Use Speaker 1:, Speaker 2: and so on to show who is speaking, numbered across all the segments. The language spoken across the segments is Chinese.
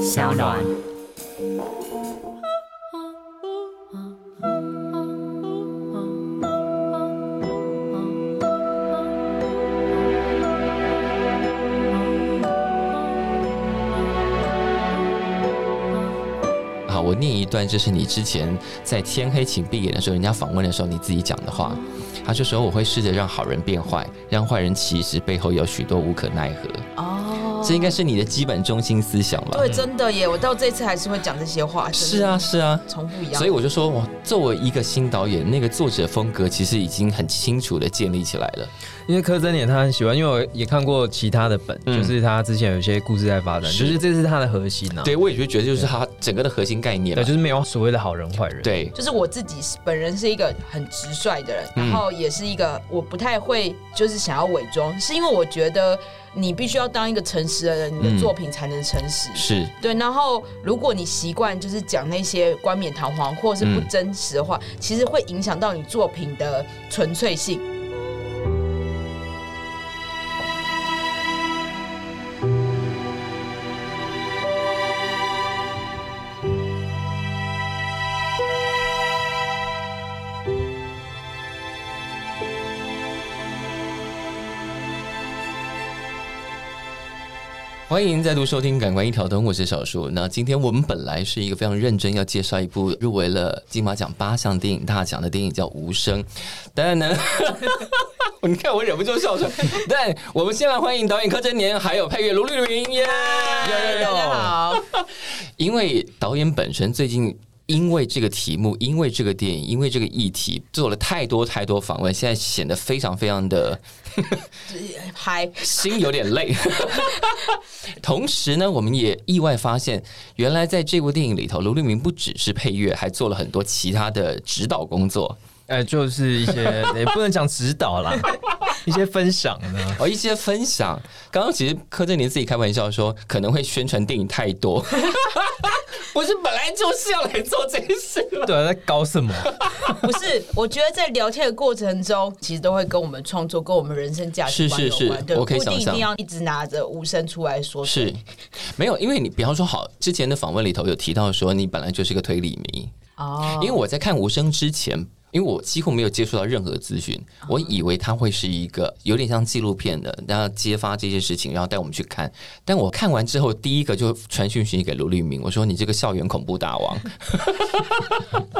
Speaker 1: 小暖。
Speaker 2: 啊，我念一段，就是你之前在天黑请闭眼的时候，人家访问的时候你自己讲的话。啊他就说我会试着让好人变坏，让坏人其实背后有许多无可奈何。
Speaker 3: 哦，
Speaker 2: 这应该是你的基本中心思想吧？
Speaker 3: 对，真的耶！我到这次还是会讲这些话。真的
Speaker 2: 是，啊，是啊。
Speaker 3: 重复一样。
Speaker 2: 所以我就说，哇，作为一个新导演，那个作者风格其实已经很清楚的建立起来了。
Speaker 3: 哦
Speaker 4: 因为柯震也他很喜欢，因为我也看过其他的本，
Speaker 2: 嗯
Speaker 4: 就是他之前有一些故事在发展，
Speaker 2: 是
Speaker 4: 就是这是他的核心啊。
Speaker 2: 对，我也就觉得就是它整个的核心概念
Speaker 4: 对，
Speaker 2: 了。
Speaker 4: 就是没有所谓的好人坏人。，
Speaker 2: 对，
Speaker 3: 就是我自己是本人是一个很直率的人，
Speaker 2: 嗯
Speaker 3: 然后也是一个我不太会就是想要伪装，是因为我觉得你必须要当一个诚实的人，你
Speaker 2: 嗯
Speaker 3: 的作品才能诚实。
Speaker 2: 是，
Speaker 3: 对，然后如果你习惯就是讲那些冠冕堂皇或者是不
Speaker 2: 嗯
Speaker 3: 真实的话，其实会影响到你作品的纯粹性。
Speaker 2: 欢迎再度收听《感官一条通》，我是小树。那今天我们本来是一个非常认真要介绍一部入围了金马奖八项电影大奖的电影，叫《无声》。 当然呢，你看我忍不住笑出来。但我们先来欢迎导演柯震年，还有配乐卢绿云耶。
Speaker 3: 大
Speaker 2: 哎
Speaker 3: 家好，
Speaker 2: 因为导演本身最近。因为这个题目，因为这个电影，因为这个议题，做了太多太多访问，现在显得非常非常的
Speaker 3: 嗨，
Speaker 2: 心有点累。 同时呢，我们也意外发现，原来在这部电影里头，卢立明不只是配乐，还做了很多其他的指导工作，
Speaker 4: 呃，就是一些也不能讲指导啦，一些分享呢。
Speaker 2: 哦，一些分享。刚刚其实柯震年自己开玩笑说，可能会宣传电影太多。 不是本来就是要来做这件事吗？
Speaker 4: 对啊，在搞什么？
Speaker 3: 不是，我觉得在聊天的过程中，其实都会跟我们创作、跟我们人生价值观
Speaker 2: 是
Speaker 3: 有
Speaker 2: 是
Speaker 3: 关，
Speaker 2: 是
Speaker 3: 对，
Speaker 2: 我可以
Speaker 3: 不一定
Speaker 2: 想
Speaker 3: 一
Speaker 2: 象
Speaker 3: 定要一直拿着无声出来说嘴
Speaker 2: 是，没有，因为你比方说，好，之前的访问里头有提到说，你本来就是个推理迷，
Speaker 3: 哦，
Speaker 2: 因为我在看《无声》之前，因为我几乎没有接触到任何资讯，我以为它会是一个有点像纪录片的，然后揭发这些事情，然后带我们去看。但我看完之后，第一个就传讯息给卢立明，我说：“你这个校园恐怖 大王，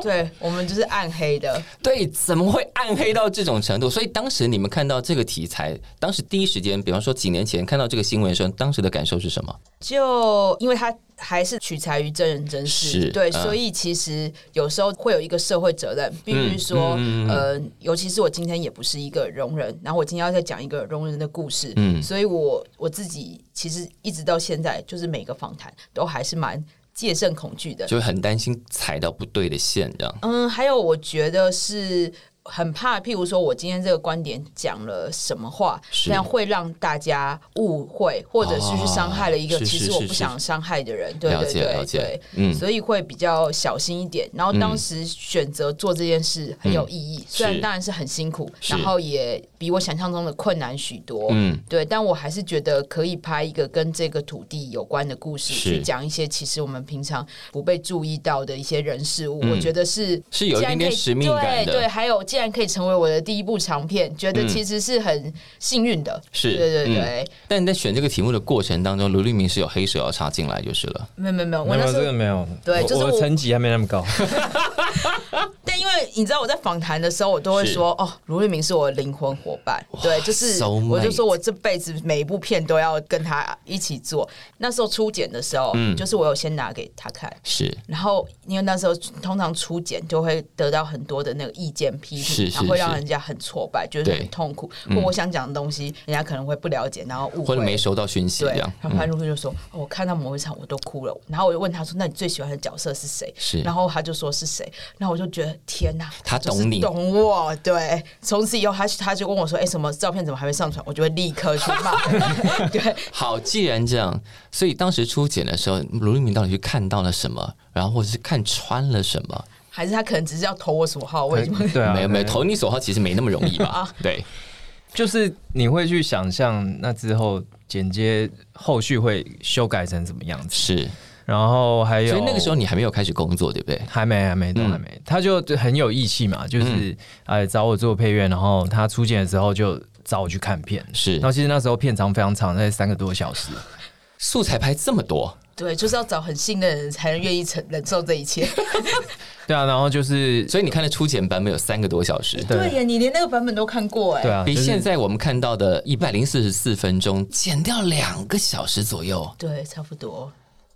Speaker 3: 对我们就是暗黑的，
Speaker 2: 对，怎么会暗黑到这种程度？”所以当时你们看到这个题材，当时第一时间，比方说几年前看到这个新闻的时候，当时的感受是什么？
Speaker 3: 就因为他还是取材于真人真事，
Speaker 2: 是
Speaker 3: 对，
Speaker 2: 嗯
Speaker 3: 所以其实有时候会有一个社会责任，必须说，
Speaker 2: 嗯
Speaker 3: 呃，尤其是我今天也不是一个容人，然后我今天要再讲一个容人的故事，
Speaker 2: 嗯
Speaker 3: 所以我我自己其实一直到现在，就是每个访谈都还是蛮戒慎恐惧的，
Speaker 2: 就很担心踩到不对的线，这样。
Speaker 3: 嗯，还有我觉得是很怕，譬如说我今天这个观点讲了什么话，
Speaker 2: 是
Speaker 3: 这样会让大家误会，或者是去伤害了一个
Speaker 2: 哦是
Speaker 3: 其
Speaker 2: 是
Speaker 3: 实我
Speaker 2: 是
Speaker 3: 不
Speaker 2: 是
Speaker 3: 想伤害的人。对
Speaker 2: 了
Speaker 3: 对
Speaker 2: 解了
Speaker 3: 对
Speaker 2: 解
Speaker 3: 对，
Speaker 2: 嗯
Speaker 3: 所以会比较小心一点。然后当时选择做这件事很有意义，虽然
Speaker 2: 嗯是
Speaker 3: 当然是很辛苦，
Speaker 2: 是
Speaker 3: 然后也比我想象中的困难许多。
Speaker 2: 嗯，
Speaker 3: 对，但我还是觉得可以拍一个跟这个土地有关的故事，
Speaker 2: 是
Speaker 3: 去讲一些其实我们平常不被注意到的一些人事物。
Speaker 2: 嗯
Speaker 3: 我觉得是
Speaker 2: 是有一
Speaker 3: 既然
Speaker 2: 点点
Speaker 3: 可以
Speaker 2: 使命感的
Speaker 3: 对对，还有既然可以成为我的第一部长片，觉得
Speaker 2: 嗯
Speaker 3: 其实是很幸运的。
Speaker 2: 是
Speaker 3: 对对
Speaker 2: 嗯
Speaker 3: 对，
Speaker 2: 但你在选这个题目的过程当中，卢立明是有黑手要插进来就是了。
Speaker 3: 没有没有没有，
Speaker 4: 没
Speaker 3: 我那
Speaker 4: 有
Speaker 3: 时
Speaker 4: 这
Speaker 3: 候
Speaker 4: 个没有，
Speaker 3: 对
Speaker 4: 我
Speaker 3: 就是
Speaker 4: 我
Speaker 3: 我
Speaker 4: 层级还没那么高。
Speaker 3: 但因为你知道我在访谈的时候，我都会
Speaker 2: 是
Speaker 3: 说哦，卢玉明是我的灵魂伙伴，对，就是
Speaker 2: soulmate
Speaker 3: 我就说我这辈子每一部片都要跟他一起做。那时候初剪的时候，
Speaker 2: 嗯
Speaker 3: 就是我有先拿给他看。
Speaker 2: 是
Speaker 3: 然后，因为那时候通常初检就会得到很多的那个意见批评，
Speaker 2: 是是
Speaker 3: 然后会让
Speaker 2: 是
Speaker 3: 人家很挫败，觉得
Speaker 2: 对
Speaker 3: 很痛苦。
Speaker 2: 嗯
Speaker 3: 或我想讲的东西，人家可能会不了解，然后误
Speaker 2: 或
Speaker 3: 会。
Speaker 2: 者没收到讯息
Speaker 3: 对
Speaker 2: 这样，，嗯
Speaker 3: 然后潘如慧就说：“哦我看到某一场我都哭了。”然后我就问他说：“那你最喜欢的角色是谁？”
Speaker 2: 是
Speaker 3: 然后他就说是谁，然后我就觉得天哪，
Speaker 2: 他
Speaker 3: 就是
Speaker 2: 懂你
Speaker 3: 懂我。对，从此以后他他就问我说：“哎，什么照片怎么还没上传？”我就会立刻去 骂。对，
Speaker 2: 好，既然这样，所以当时初检的时候，卢立明到底去看到了什么，然后或者是看穿了什么？
Speaker 3: 还是他可能只是要投我什么号，我也不
Speaker 4: 对啊，
Speaker 2: 没有没有，
Speaker 4: 对
Speaker 2: 投你所好其实没那么容 易
Speaker 3: 啊
Speaker 2: 吧？对，
Speaker 4: 就是你会去想象那之后剪接后续会修改成什么样子。
Speaker 2: 是
Speaker 4: 然后还有，
Speaker 2: 所以那个时候你还没有开始工作，对不对？
Speaker 4: 还没，还没，都还没。他就很有义气嘛，就是哎找我做配乐，然后他出镜的时候就找我去看片。
Speaker 2: 是
Speaker 4: 然后其实那时候片长非常长，在三个多小 时。
Speaker 2: 素材拍这么多，
Speaker 3: 对，就是要找很信任的人才能愿意承忍受这一切。
Speaker 4: 对啊，然后就是
Speaker 2: 所以你看的初剪版本有三个多小时，
Speaker 4: 对
Speaker 3: 呀，你连那个版本都看过哎
Speaker 4: 对啊，
Speaker 2: 比
Speaker 4: 就是
Speaker 2: 现在我们看到的一百零四十四分钟减掉两个小时左右。
Speaker 3: 对，差不多。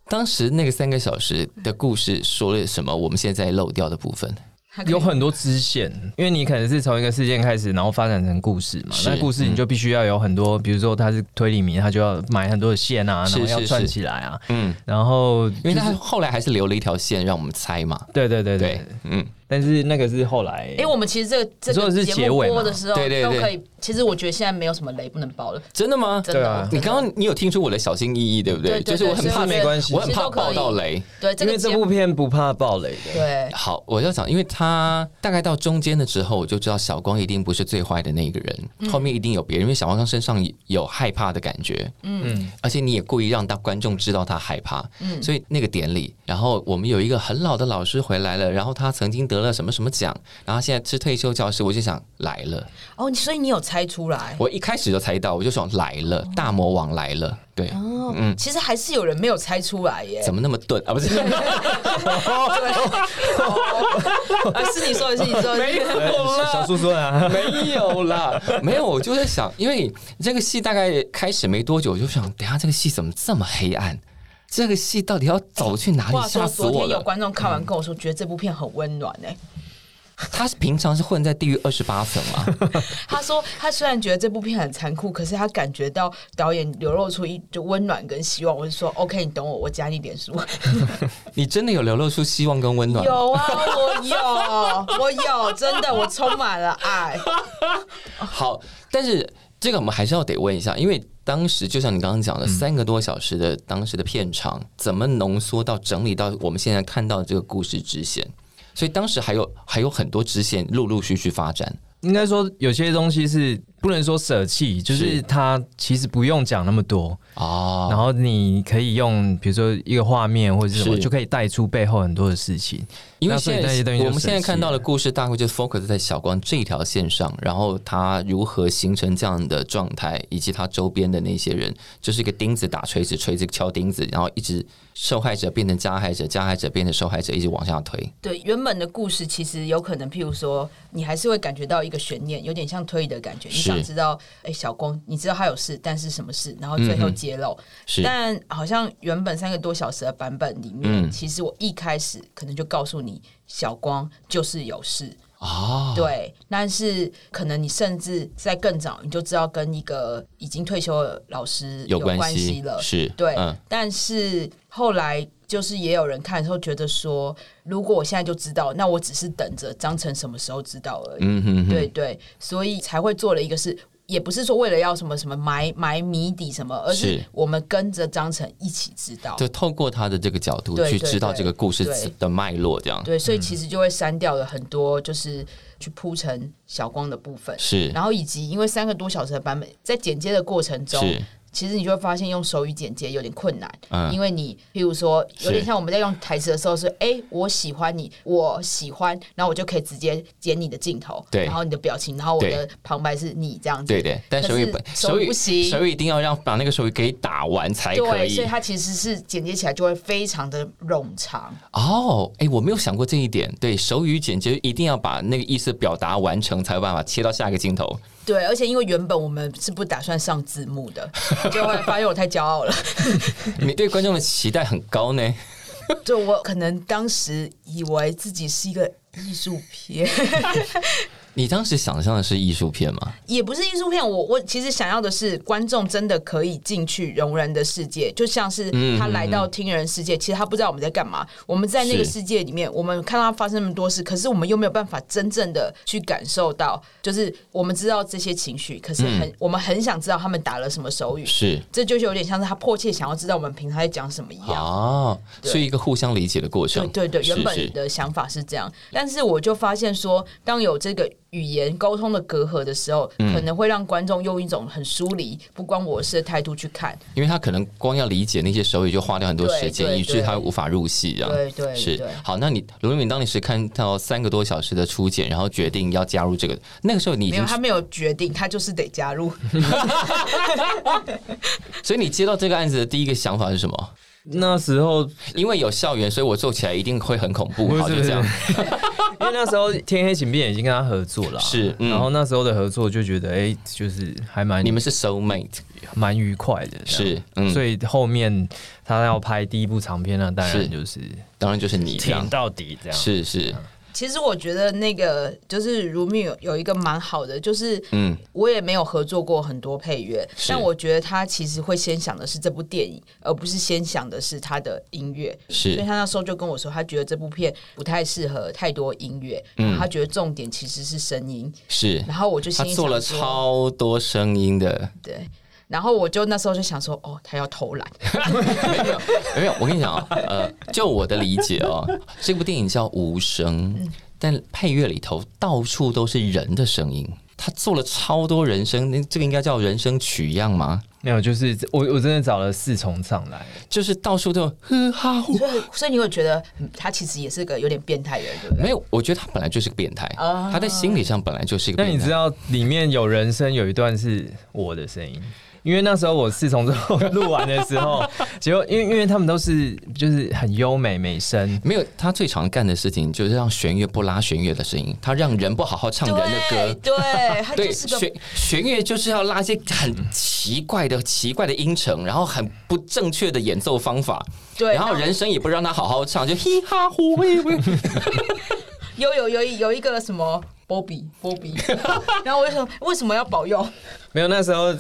Speaker 2: 当时那个三个小时的故事说了什么？我们现在漏掉的部分，
Speaker 3: 他可以
Speaker 4: 有很多支线，因为你可能是从一个事件开始，然后发展成故事嘛。
Speaker 2: 是
Speaker 4: 那故事你嗯就必须要有很多，比如说他是推理迷，他就要埋很多的线啊，
Speaker 2: 是
Speaker 4: 然后要
Speaker 2: 是
Speaker 4: 串
Speaker 2: 是
Speaker 4: 起来啊。
Speaker 2: 嗯，
Speaker 4: 然后
Speaker 2: 因为
Speaker 4: 就是
Speaker 2: 他后来还是留了一条线让我们猜嘛。
Speaker 4: 对对对对哎
Speaker 2: 对，，嗯，
Speaker 4: 但是那个是后来，
Speaker 3: 因为我们其实这个这
Speaker 4: 你说
Speaker 3: 个
Speaker 4: 的是
Speaker 3: 节
Speaker 4: 结
Speaker 3: 目
Speaker 4: 尾
Speaker 3: 播
Speaker 4: 嘛
Speaker 3: 的时候
Speaker 2: 对对
Speaker 3: 都
Speaker 2: 对
Speaker 3: 可以，其实我觉得现在没有什么雷不能爆了，
Speaker 2: 真的吗？
Speaker 3: 真
Speaker 4: 对
Speaker 3: 的
Speaker 4: 啊。
Speaker 3: 真
Speaker 2: 你
Speaker 3: 的
Speaker 2: 刚刚你有听出我的小心翼翼，对不对？
Speaker 3: 对对
Speaker 2: 就是我很
Speaker 3: 对
Speaker 2: 怕
Speaker 3: 所以
Speaker 4: 没关系
Speaker 2: 我很
Speaker 3: 其实
Speaker 2: 怕
Speaker 3: 都可以
Speaker 2: 爆到雷。
Speaker 3: 对这
Speaker 4: 因
Speaker 3: 个
Speaker 4: 为这
Speaker 3: 节
Speaker 4: 部
Speaker 3: 目
Speaker 4: 片不怕暴雷的。
Speaker 3: 对
Speaker 2: 好，我要讲，因为他大概到中间的时候，我就知道小光一定不是最坏的那一个人，
Speaker 3: 嗯
Speaker 2: 后面一定有别人，因为小光身上有害怕的感觉，嗯，而且你也故意让大观众知道他害怕，嗯，所以那个典礼，然后我们有一个很老的老师回来了，然后他曾经得了什么什么奖，然后现在是退休教师，我就想来了，
Speaker 3: 哦，所以你有猜出来
Speaker 2: 我一开始就猜到，我就想来了，大魔王来了，对，
Speaker 3: 哦，
Speaker 4: 嗯
Speaker 3: 其实还是有人没有猜出来耶。哦
Speaker 2: 怎么那么钝 啊？不是，
Speaker 3: 啊，是你说的，是你 说
Speaker 4: 哎
Speaker 3: 的，
Speaker 4: 小小叔说啊，
Speaker 2: 没 有啦，没有，我就在想，因为这个戏大概开始没多久，我就想，等一下这个戏怎么这么黑暗？这个戏到底要走去哪里？
Speaker 3: 话
Speaker 2: 吓
Speaker 3: 说
Speaker 2: 死
Speaker 3: 昨
Speaker 2: 我
Speaker 3: 天有
Speaker 2: 了！
Speaker 3: 观众看完跟我说，觉得这部片很温暖哎。
Speaker 2: 他是平常是混在地狱二十八层嘛？
Speaker 3: 他说，他虽然觉得这部片很残酷，可是他感觉到导演流露出一就温暖跟希望。我就说，OK，你懂我，我加你点数。
Speaker 2: 你真的有流露出希望跟温暖？
Speaker 3: 有啊，我有，我有，真的，我充满了爱。
Speaker 2: 好，但是这个我们还是要得问一下，因为当时就像你刚刚
Speaker 4: 嗯
Speaker 2: 讲的，三个多小时的当时的片场，怎么浓缩到整理到我们现在看到的这个故事支线？所以当时还有还有很多支线陆陆续续发展。
Speaker 4: 应该说有些东西是不能说舍弃，就是
Speaker 2: 是
Speaker 4: 它其实不用讲那么多，
Speaker 2: 哦，
Speaker 4: 然后你可以用比如说一个画面或者是什么，
Speaker 2: 是
Speaker 4: 就可以带出背后很多的事情。
Speaker 2: 因为
Speaker 4: 那所以
Speaker 2: 现
Speaker 4: 那些
Speaker 2: 在
Speaker 4: 东西就
Speaker 2: 我们现在
Speaker 4: 神奇
Speaker 2: 看到的
Speaker 4: 了
Speaker 2: 故事大概就 focus 在小光这条线上，然后他如何形成这样的状态，以及他周边的那些人，就是一个钉子打锤子，锤子敲钉子，然后一直受害者变成加害者，加害者变成受害者，一直往下推。
Speaker 3: 对，原本的故事其实有可能，譬如说，你还是会感觉到一个悬念，有点像推理的感觉。你
Speaker 2: 是
Speaker 3: 想知道，哎、小光，你知道他有事，但是什么事？然后最后揭露。
Speaker 2: 嗯是
Speaker 3: 但好像原本三个多小时的版本里面，
Speaker 2: 嗯
Speaker 3: 其实我一开始可能就告诉你，小光就是有事。
Speaker 2: 啊，
Speaker 3: 对，但是可能你甚至在更早，你就知道跟一个已经退休的老师
Speaker 2: 有
Speaker 3: 关
Speaker 2: 关
Speaker 3: 系
Speaker 2: 系
Speaker 3: 了。
Speaker 2: 是
Speaker 3: 对，
Speaker 2: 嗯
Speaker 3: 但是后来就是也有人看的时候觉得说，如果我现在就知道，那我只是等着张晨什么时候知道而已。
Speaker 2: 嗯哼哼，
Speaker 3: 对对，所以才会做了一个事。也不是说为了要什么什么埋埋谜底什么，而是
Speaker 2: 是
Speaker 3: 我们跟着张晨一起知道。
Speaker 2: 就透过他的这个角度
Speaker 3: 对
Speaker 2: 去
Speaker 3: 对
Speaker 2: 知道
Speaker 3: 对
Speaker 2: 这个故事
Speaker 3: 对
Speaker 2: 的脉络，这样
Speaker 3: 对，所以
Speaker 2: 嗯
Speaker 3: 其实就会删掉了很多，就是去铺成小光的部分。
Speaker 2: 是
Speaker 3: 然后以及因为三个多小时的版本，在剪接的过程中，
Speaker 2: 是
Speaker 3: 其实你就会发现用手语剪接有点困难，
Speaker 2: 嗯
Speaker 3: 因为你譬如说有点
Speaker 2: 是
Speaker 3: 像我们在用台词的时候是，哎、我喜欢你，我喜欢，然后我就可以直接剪你的镜头，
Speaker 2: 对
Speaker 3: 然后你的表情，然后我
Speaker 2: 对
Speaker 3: 的旁白是你这样子，
Speaker 2: 对对，但
Speaker 3: 可
Speaker 2: 手语
Speaker 3: 是
Speaker 2: 本
Speaker 3: 手
Speaker 2: 手
Speaker 3: 语
Speaker 2: 语
Speaker 3: 不行，
Speaker 2: 手语一定要让把那个手语给打完才可
Speaker 3: 对，所以
Speaker 2: 以。
Speaker 3: 它其实是剪接起来就会非常的冗长。
Speaker 2: 哦，哎，我没有想过这一点。对，手语剪接一定要把那个意思表达完成，才有办法切到下一个 镜头。
Speaker 3: 对，而且因为原本我们是不打算上字幕的，就后来发现我太骄傲了。
Speaker 2: 你对观众的期待很高呢。
Speaker 3: 就我可能当时以为自己是一个艺术片，
Speaker 2: 你当时想象的是艺术片吗？
Speaker 3: 也不是艺术片。我我其实想要的是，观众真的可以进去容人的世界，就像是他来到听人世界，其实他不知道我们在干嘛。我们在那个
Speaker 2: 是
Speaker 3: 世界里面，我们看到他发生那么多事，可是我们又没有办法真正的去感受到，就是我们知道这些情绪，可是很、我们很想知道他们打了什么手语。
Speaker 2: 是
Speaker 3: 这就是有点像是他迫切想要知道我们平常在讲什么一样。
Speaker 2: 哦，
Speaker 3: 对
Speaker 2: 是一个互相理解的过
Speaker 3: 对
Speaker 2: 程。
Speaker 3: 对对，
Speaker 2: 是
Speaker 3: 原
Speaker 2: 是
Speaker 3: 本的想法是这样，但但是我就发现说，当有这个语言沟通的隔阂的时候，
Speaker 2: 嗯
Speaker 3: 可能会让观众用一种很疏离、不关我事的态度去看。
Speaker 2: 因为他可能光要理解那些手语就花掉很多时间，
Speaker 3: 对
Speaker 2: 以致他
Speaker 3: 对
Speaker 2: 无法入戏啊。
Speaker 3: 对对
Speaker 2: 是
Speaker 3: 对
Speaker 2: 好，那你卢明敏当时看到三个多小时的初检，然后决定要加入这个，那个时候你已
Speaker 3: 没有，
Speaker 2: 经，
Speaker 3: 他没有决定，他就是得加入。
Speaker 2: 所以你接到这个案子的第一个想法是什么？
Speaker 4: 那时候，
Speaker 2: 因为有校园，所以我做起来一定会很恐 怖。
Speaker 4: 不是
Speaker 2: 好，就这样。
Speaker 4: 因为那时候天黑请闭眼已经跟他合作了啊，
Speaker 2: 是嗯
Speaker 4: 然后那时候的合作就觉得，哎、就是还蛮
Speaker 2: 你们是 soul mate，
Speaker 4: 蛮愉快的，这样
Speaker 2: 是，嗯，
Speaker 4: 所以后面他要拍第一部长片那当
Speaker 2: 是
Speaker 4: 然就是
Speaker 2: 当然就是你这样
Speaker 4: 挺。到底这样。
Speaker 2: 是是，
Speaker 3: 其实我觉得那个就是如命有有一个蛮好的，就是
Speaker 2: 嗯，
Speaker 3: 我也没有合作过很多配乐，
Speaker 2: 是
Speaker 3: 但我觉得他其实会先想的是这部电影，而不是先想的是他的音乐。所以
Speaker 2: 是
Speaker 3: 他那时候就跟我说，他觉得这部片不太适合太多音乐，
Speaker 2: 嗯
Speaker 3: 然后他觉得重点其实是声音。
Speaker 2: 是，
Speaker 3: 然后我就
Speaker 2: 他
Speaker 3: 心里
Speaker 2: 做了
Speaker 3: 想说
Speaker 2: 超多声音的。
Speaker 3: 对，然后我就那时候就想说，哦，他要偷 懒，
Speaker 2: 没有，我跟你讲啊，呃，就我的理解哦，这部电影叫《无声》，但配乐里头到处都是人的声音。他做了超多人声，那这个应该叫人声取样吗？
Speaker 4: 没有，就是我我真的找了四重唱来，
Speaker 2: 就是到处都有呵哈呼。
Speaker 3: 所以所以你会觉得、嗯他其实也是个有点变态的人，对不对？
Speaker 2: 没有，我觉得他本来就是个变态，
Speaker 3: 啊
Speaker 2: 他在心理上本来就是一个
Speaker 4: 那
Speaker 2: 变态。
Speaker 4: 你知道里面有人声有一段是我的声音，因为那时候我四重奏录完的时 候，结果因为因为他们都是就是很优美美声，
Speaker 2: 没有，他最常干的事情就是让弦乐不拉弦乐的声音，他让人不好好唱人的
Speaker 3: 对
Speaker 2: 歌。
Speaker 3: 对，他
Speaker 2: 对，
Speaker 3: 就是个
Speaker 2: 弦弦乐就是要拉一些很奇怪的、奇怪的音程，然后很不正确的演奏方法，
Speaker 3: 对，
Speaker 2: 然后人声也不让他好好唱，就 嘻哈呼喂喂，
Speaker 3: 有有有一有一个什么波比波比， 然后我就想为什么要保佑？
Speaker 4: 没有那时候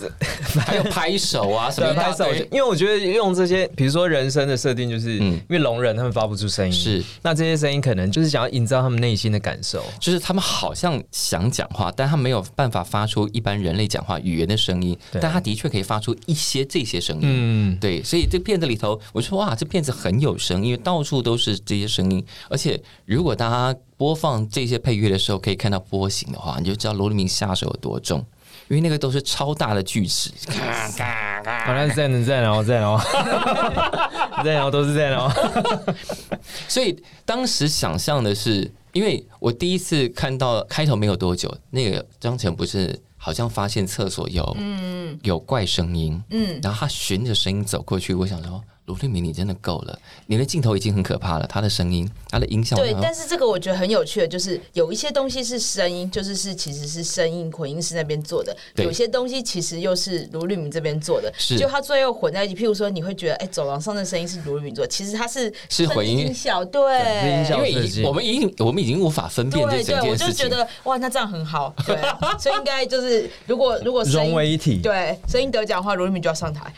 Speaker 2: 还有拍手啊什么
Speaker 4: 对
Speaker 2: 一大
Speaker 4: 拍手
Speaker 2: 堆，
Speaker 4: 因为我觉得用这些，比如说人声的设定，就是、
Speaker 2: 嗯
Speaker 4: 因为聋人他们发不出声音，
Speaker 2: 是
Speaker 4: 那这些声音可能就是想要营造他们内心的感受。
Speaker 2: 就是他们好像想讲话，但他没有办法发出一般人类讲话语言的声音，
Speaker 4: 对
Speaker 2: 但他的确可以发出一些这些声音。
Speaker 4: 嗯，
Speaker 2: 对，所以这片子里头，我说哇，这片子很有声，因为到处都是这些声音，而且如果大家播放这些配乐的时候，可以看到波形的话，你就知道罗立明下手有多重，因为那个都是超大的锯齿，咔咔
Speaker 4: 好、
Speaker 2: 咔
Speaker 4: 那赞了赞哦赞 哦，赞哦都是赞哦。
Speaker 2: 所以当时想象的是，因为我第一次看到开头没有多久，那个张晨不是好像发现厕所有嗯有怪声音，嗯，然后他循着声音走过去，我想说。卢立明，你真的够了！你的镜头已经很可怕了，他的声音，他的音效，
Speaker 3: 对
Speaker 2: 然，后
Speaker 3: 但是这个我觉得很有趣的，就是有一些东西是声音，就是是其实是声音混音师那边做的，
Speaker 2: 对
Speaker 3: 有些东西其实又是卢律明这边做的，
Speaker 2: 是
Speaker 3: 就他最后混在一起。譬如说，你会觉得哎，走廊上的声音是卢律明做的，其实他是
Speaker 2: 是混音
Speaker 3: 音效，对，
Speaker 4: 是音效
Speaker 2: 因为
Speaker 4: 设
Speaker 2: 已
Speaker 4: 计
Speaker 2: 我们已经我们已经无法分辨这
Speaker 3: 对
Speaker 2: 整
Speaker 3: 对，我
Speaker 2: 件
Speaker 3: 就
Speaker 2: 事
Speaker 3: 觉
Speaker 2: 情。
Speaker 3: 得哇，那这样很好，对，所以应该就是如果如果 声音
Speaker 4: 融为一体
Speaker 3: 对，声音得奖的话，卢律明就要上台，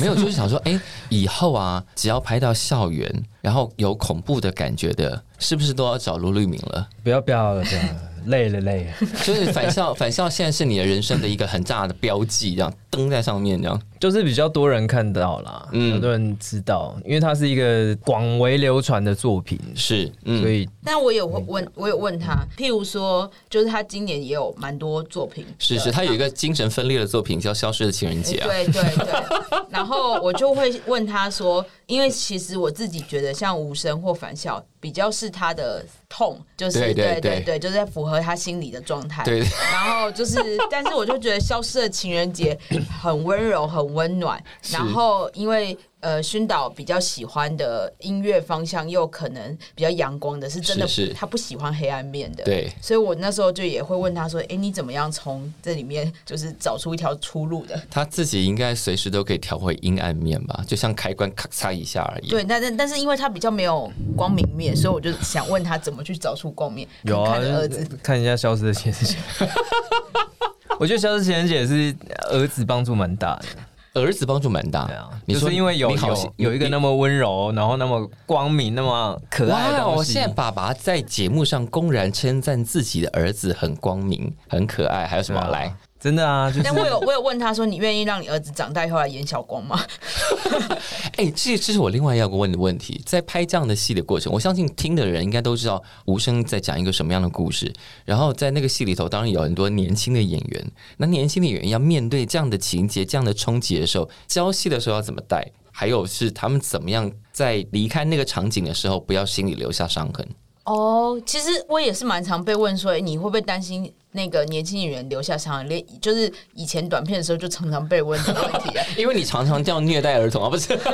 Speaker 2: 没有，就是想说，哎、以后啊，只要拍到校园，然后有恐怖的感觉的，是不是都要找卢律明了？
Speaker 4: 不要不要了，不要了，累了累了。
Speaker 2: 就是返校，返校现在是你的人生的一个很大的标记，这样登在上面，这样
Speaker 4: 就是比较多人看到啦，
Speaker 2: 嗯
Speaker 4: 很多人知道，因为它是一个广为流传的作品，
Speaker 2: 是，
Speaker 4: 所
Speaker 2: 嗯，
Speaker 4: 以
Speaker 3: 那我有问，我有问他，譬如说，就是他今年也有蛮多作品，
Speaker 2: 是是，他有一个精神分裂的作品叫《消失的情人节》啊，
Speaker 3: 哎对对 对。然后我就会问他说，因为其实我自己觉得像无声或返校比较是他的痛，就是
Speaker 2: 对对
Speaker 3: 对
Speaker 2: 对
Speaker 3: 对，就是在符合他心理的状态。
Speaker 2: 对
Speaker 3: 然后就是，但是我就觉得消失的情人节很温柔，很温暖。然后因为。呃，熏导比较喜欢的音乐方向，又可能比较阳光的，是真的
Speaker 2: 是是
Speaker 3: 他不喜欢黑暗面的。
Speaker 2: 对
Speaker 3: 所以我那时候就也会问他说：“哎、你怎么样从这里面就是找出一条出路的？”
Speaker 2: 他自己应该随时都可以调回阴暗面吧，就像开关咔嚓一下而已。
Speaker 3: 对，但但但是因为他比较没有光明面，所以我就想问他怎么去找出光明。
Speaker 4: 有啊
Speaker 3: 看看，儿子，
Speaker 4: 看一下《消失的情人节》。 我觉得《消失情人节》是儿子帮助蛮大的，
Speaker 2: 儿子帮助蛮大，
Speaker 4: 对啊，
Speaker 2: 你
Speaker 4: 就
Speaker 2: 说
Speaker 4: 是因为有
Speaker 2: 你好
Speaker 4: 有有一个那么温柔，然后那么光明，那么可爱的
Speaker 2: 哇！
Speaker 4: 东
Speaker 2: 我
Speaker 4: 西。
Speaker 2: 现在爸爸在节目上公然称赞自己的儿子很光明、很可爱，还有什么、
Speaker 4: 对啊
Speaker 2: 来？
Speaker 4: 真的啊，就 是
Speaker 3: 但我有我有问他说，你愿意让你儿子长大以后来演小光吗？
Speaker 2: 哎、这这是我另外要问的问题。在拍这样的戏的过程，我相信听的人应该都知道无声在讲一个什么样的故事。然后在那个戏里头，当然有很多年轻的演员。那年轻的演员要面对这样的情节、这样的冲击的时候，教戏的时候要怎么带？还有是他们怎么样在离开那个场景的时候，不要心里留下伤痕。
Speaker 3: 哦，其实我也是蛮常被问说，诶你会不会担心那个年轻演员留下伤痕？连就是以前短片的时候就常常被问这个问题、 啊
Speaker 2: 因为你常常这样虐待儿童啊，不是？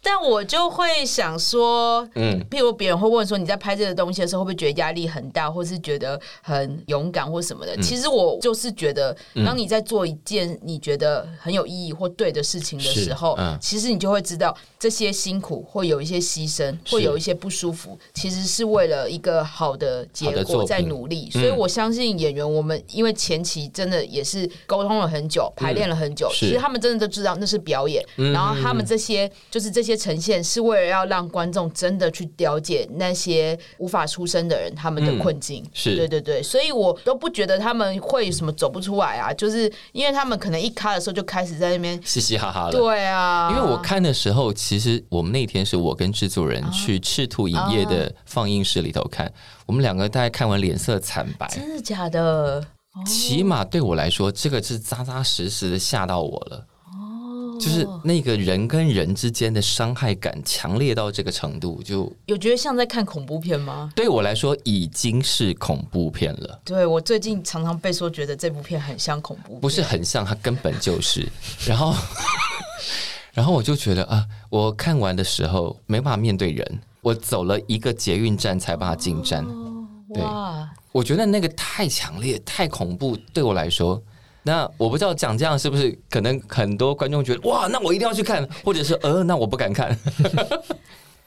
Speaker 3: 但我就会想说，
Speaker 2: 嗯，
Speaker 3: 譬如别人会问说你在拍这个东西的时候，会不会觉得压力很大，或是觉得很勇敢或什么的？
Speaker 2: 嗯
Speaker 3: 其实我就是觉得，当你在做一件你觉得很有意义或对的事情的时候，
Speaker 2: 是嗯
Speaker 3: 其实你就会知道这些辛苦或有一些牺牲，
Speaker 2: 是
Speaker 3: 或有一些不舒服，其实是为了一个好的结
Speaker 2: 好的作
Speaker 3: 果
Speaker 2: 品
Speaker 3: 在努力。所以
Speaker 2: 嗯
Speaker 3: 我相信演员，我们因为前期真的也是沟通了很久，排练了很久，
Speaker 2: 嗯是嗯
Speaker 3: 其实他们真的都知道那是表演，然后他们这些就是这些呈现是为了要让观众真的去了解那些无法出声的人他们的困境。
Speaker 2: 嗯是
Speaker 3: 对对对，所以我都不觉得他们会什么走不出来啊，就是因为他们可能一卡的时候就开始在那边。
Speaker 2: 嘻嘻哈哈的。
Speaker 3: 对啊，
Speaker 2: 因为我看的时候，其实我们那天是我跟制作人
Speaker 3: 哦
Speaker 2: 去赤兔影业的放映室里头看，我们两个大概看完脸色惨白。
Speaker 3: 真的假的？
Speaker 2: 起码对我来说，这个是扎扎实实的吓到我了。
Speaker 3: 哦
Speaker 2: 就是那个人跟人之间的伤害感强烈到这个程度，就
Speaker 3: 有觉得像在看恐怖片吗？
Speaker 2: 对我来说已经是恐怖片了，
Speaker 3: 对我最近常常被说觉得这部片很像恐怖片，
Speaker 2: 不是很像，它根本就是。然后， 然后我就觉得啊，我看完的时候没办法面对人，我走了一个捷运站才把它进站。对
Speaker 3: 哦哇，
Speaker 2: 我觉得那个太强烈、太恐怖，对我来说。那我不知道讲这样是不是可能很多观众觉得哇，那我一定要去看，或者是呃，那我不敢看。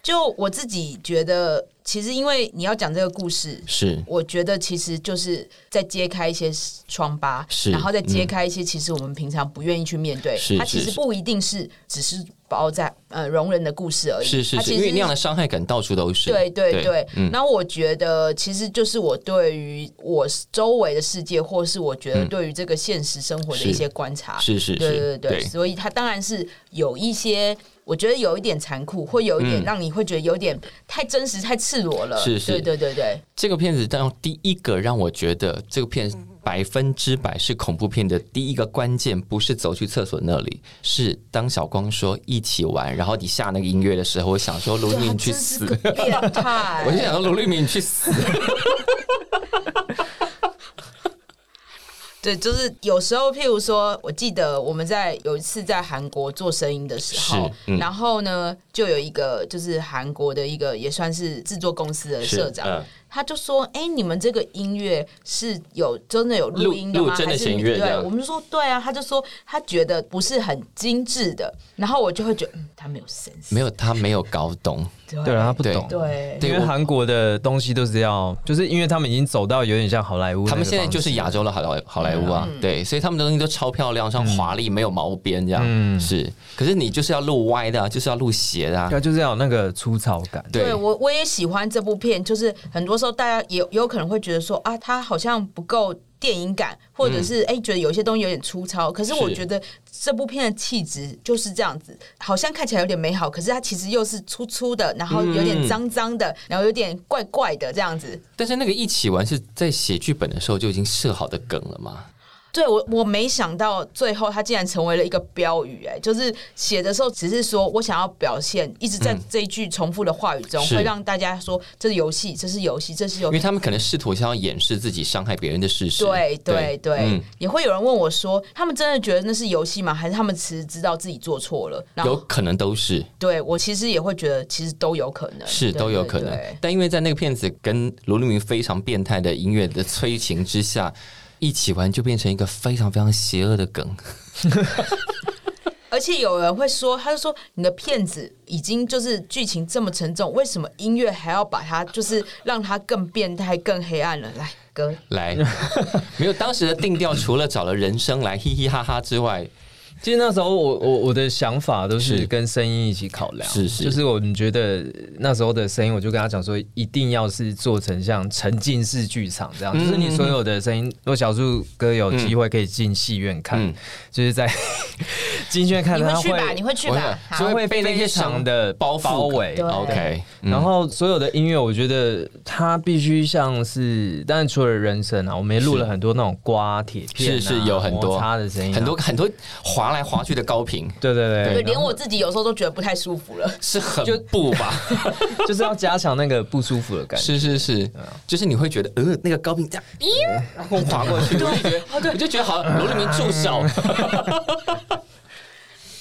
Speaker 3: 就我自己觉得，其实因为你要讲这个故事，
Speaker 2: 是
Speaker 3: 我觉得其实就是在揭开一些疮疤，
Speaker 2: 是嗯
Speaker 3: 然后再揭开一些其实我们平常不愿意去面对
Speaker 2: 是，
Speaker 3: 它其
Speaker 2: 是
Speaker 3: 实
Speaker 2: 是
Speaker 3: 不一定是只是包在呃容忍的故事而已，
Speaker 2: 是是
Speaker 3: 它
Speaker 2: 是，
Speaker 3: 其
Speaker 2: 因
Speaker 3: 实
Speaker 2: 为那样的伤害感到处都是。
Speaker 3: 对对对，
Speaker 2: 嗯，
Speaker 3: 那我觉得其实就是我对于我周围的世界，或是我觉得
Speaker 2: 嗯
Speaker 3: 对于这个现实生活的
Speaker 2: 是
Speaker 3: 一些观察，
Speaker 2: 是是是，
Speaker 3: 对对对，所以它当然是有一些，我觉得有一点残酷，会有一点
Speaker 2: 嗯
Speaker 3: 让你会觉得有点太真实、太赤裸了。
Speaker 2: 是是
Speaker 3: 对对对对，
Speaker 2: 这个片子让第一个让我觉得这个
Speaker 3: 嗯
Speaker 2: 片百分之百是恐怖片的第一个关键，不是走去厕所那里，是当小光说一起玩，然后你下那个音乐的时候，我想说卢
Speaker 3: 对
Speaker 2: 敏
Speaker 3: 他
Speaker 2: 你去
Speaker 3: 真是
Speaker 2: 死，
Speaker 3: 个变 态
Speaker 2: 我就。想说卢立敏你 去死，
Speaker 3: 对，就是有时候，譬如说，我记得我们在有一次在韩国做声音的时候
Speaker 2: 是，嗯
Speaker 3: 然后呢，就有一个就是韩国的一个也算是制作公司的社长，
Speaker 2: 是嗯
Speaker 3: 他就说：“哎、你们这个音乐是有真的有录音的
Speaker 2: 录
Speaker 3: 吗？
Speaker 2: 录真的
Speaker 3: 还是
Speaker 2: 弦
Speaker 3: 你
Speaker 2: 乐这
Speaker 3: 对，
Speaker 2: 样
Speaker 3: 我们就说：“对啊。”他就说他觉得不是很精致的，然后我就会觉得，嗯，他没有 sense，
Speaker 2: 没有他没有搞懂，
Speaker 3: 对
Speaker 4: 对啊，他不
Speaker 2: 对
Speaker 4: 懂。
Speaker 3: 对
Speaker 2: 对
Speaker 4: 因为
Speaker 2: 我
Speaker 4: 韩国的东西都是要，就是因为他们已经走到有点像好莱坞那个
Speaker 2: 他
Speaker 4: 方
Speaker 2: 们
Speaker 4: 式，
Speaker 2: 现在就是亚洲的好莱好莱坞啊，
Speaker 3: 嗯
Speaker 2: 对，所以他们的东西都超漂亮，像华丽没有毛边这样，
Speaker 4: 嗯
Speaker 2: 是。可是你就是要录歪的、啊，就是要录斜的、啊
Speaker 4: 对，啊，就是要有那个粗糙感。
Speaker 2: 对，
Speaker 3: 我我也喜欢这部片，就是很多时候大家也也有可能会觉得说啊，它好像不够电影感，或者是哎、觉得有些东西有点粗糙。可是我
Speaker 2: 嗯是
Speaker 3: 觉得这部片的气质就是这样子，好像看起来有点美好，可是它其实又是粗粗的，然后有点
Speaker 2: 嗯
Speaker 3: 脏脏的，然后有点怪怪的这样子。
Speaker 2: 但是那个一起玩是在写剧本的时候就已经设好的梗了嘛？
Speaker 3: 对我，我没想到最后它竟然成为了一个标语、哎，就是写的时候只是说我想要表现，一直在这一句重复的话语中，
Speaker 2: 嗯是
Speaker 3: 会让大家说这是游戏，这是游戏，这是游
Speaker 2: 因
Speaker 3: 戏
Speaker 2: 为。他们可能试图想要掩饰自己伤害别人的事实。
Speaker 3: 对对对，
Speaker 2: 嗯
Speaker 3: 也会有人问我说，他们真的觉得那是游戏吗？还是他们其实知道自己做错了？然
Speaker 2: 有
Speaker 3: 后
Speaker 2: 可能都是
Speaker 3: 对我其实也会觉得，其实都有可能，
Speaker 2: 是
Speaker 3: 对
Speaker 2: 都有可能
Speaker 3: 对对，
Speaker 2: 但因为在那个片子跟罗立明非常变态的音乐的催情之下，一起玩就变成一个非常非常邪恶的梗。
Speaker 3: 而且有人会说，他就说你的片子已经就是剧情这么沉重，为什么音乐还要把它就是让它更变态、更黑暗了？来，哥，
Speaker 2: 来，没有当时的定调，除了找了人声来嘻嘻哈哈之外，
Speaker 4: 其实那时候我我我的想法都
Speaker 2: 是
Speaker 4: 是跟声音一起考量，
Speaker 2: 是是
Speaker 4: 就是我们觉得那时候的声音，我就跟他讲说，一定要是做成像沉浸式剧场
Speaker 2: 嗯
Speaker 4: 这样，就是你所有的声音，如果小树哥有机会可以进戏院看，
Speaker 2: 嗯
Speaker 4: 就是在 进戏院看
Speaker 3: 你会
Speaker 4: 他会
Speaker 3: 去吧？你会去
Speaker 2: 我
Speaker 3: 吧
Speaker 2: 想？
Speaker 3: 好
Speaker 2: 所以
Speaker 4: 会被那些场的
Speaker 2: 包覆
Speaker 4: 包围，
Speaker 3: 对
Speaker 2: OK，嗯
Speaker 4: 然后所有的音乐，我觉得它必须像是，但除了人声啊，我们也录了很多那种刮铁片、啊，
Speaker 2: 是是有很多
Speaker 4: 摩擦的声音啊、
Speaker 2: 很多很多滑来滑去的高频
Speaker 4: 对对对，
Speaker 3: 对，连我自己有时候都觉得不太舒服了。
Speaker 2: 是很不吧？
Speaker 4: 就是要加强那个不舒服的感觉。啊
Speaker 2: 是是是，就是你会觉得呃那个高频这样，然后滑过 去，我就觉
Speaker 3: 哦
Speaker 2: 得我就觉得好像楼里面住手，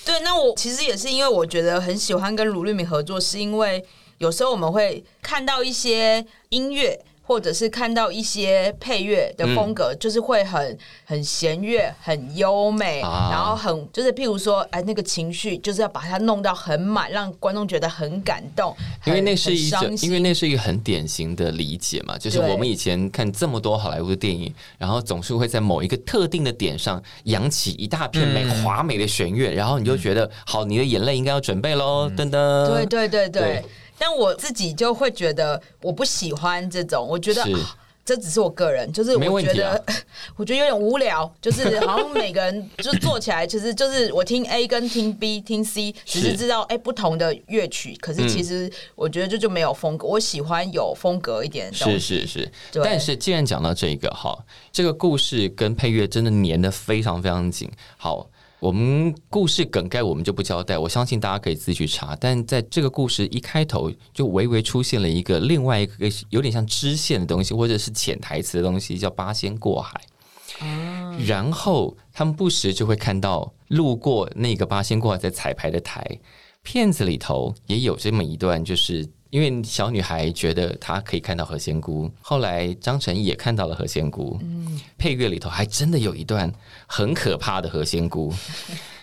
Speaker 3: 对，那我其实也是因为我觉得很喜欢跟卢律敏合作，是因为有时候我们会看到一些音乐，或者是看到一些配乐
Speaker 2: 嗯
Speaker 3: 的风格，就是会很很弦乐、很优美，
Speaker 2: 啊
Speaker 3: 然后很就是譬如说，哎，那个情绪就是要把它弄到很满，让观众觉得很感动，
Speaker 2: 因为
Speaker 3: 很
Speaker 2: 那是
Speaker 3: 很
Speaker 2: 一种
Speaker 3: 伤，心
Speaker 2: 因为那是一个很典型的理解嘛，就是
Speaker 3: 对
Speaker 2: 我们以前看这么多好莱坞的电影，然后总是会在某一个特定的点上扬起一大片美
Speaker 3: 嗯
Speaker 2: 华美的弦乐，然后你就觉
Speaker 4: 嗯
Speaker 2: 得好，你的眼泪应该要准备喽，噔噔，
Speaker 3: 对对对对。
Speaker 2: 嗯对
Speaker 3: 但我自己就会觉得我不喜欢这种，我觉得
Speaker 2: 是
Speaker 3: 啊这只是我个人，就是
Speaker 2: 没
Speaker 3: 我
Speaker 2: 问
Speaker 3: 觉
Speaker 2: 题
Speaker 3: 得、
Speaker 2: 啊
Speaker 3: 我觉得有点无聊，就是好像每个人就是做起来，其实就是我听 A 跟听 B 听 C，只是
Speaker 2: 是嗯
Speaker 3: 知道哎、不同的乐曲，可是其实我觉得这就没有风格，我喜欢有风格一点的东
Speaker 2: 是
Speaker 3: 西。
Speaker 2: 是是，
Speaker 3: 对
Speaker 2: 但是既然讲到这个哈，这个故事跟配乐真的粘得非常非常紧。好，我们故事梗概我们就不交代，我相信大家可以自己去查。但在这个故事一开头就微微出现了一个另外一个有点像支线的东西，或者是潜台词的东西，叫八仙过海。
Speaker 3: 啊
Speaker 2: 然后他们不时就会看到路过那个八仙过海在彩排的台，片子里头也有这么一段，就是因为小女孩觉得她可以看到何仙姑，后来张晨也看到了何仙姑，配乐里头还真的有一段很可怕的何仙姑。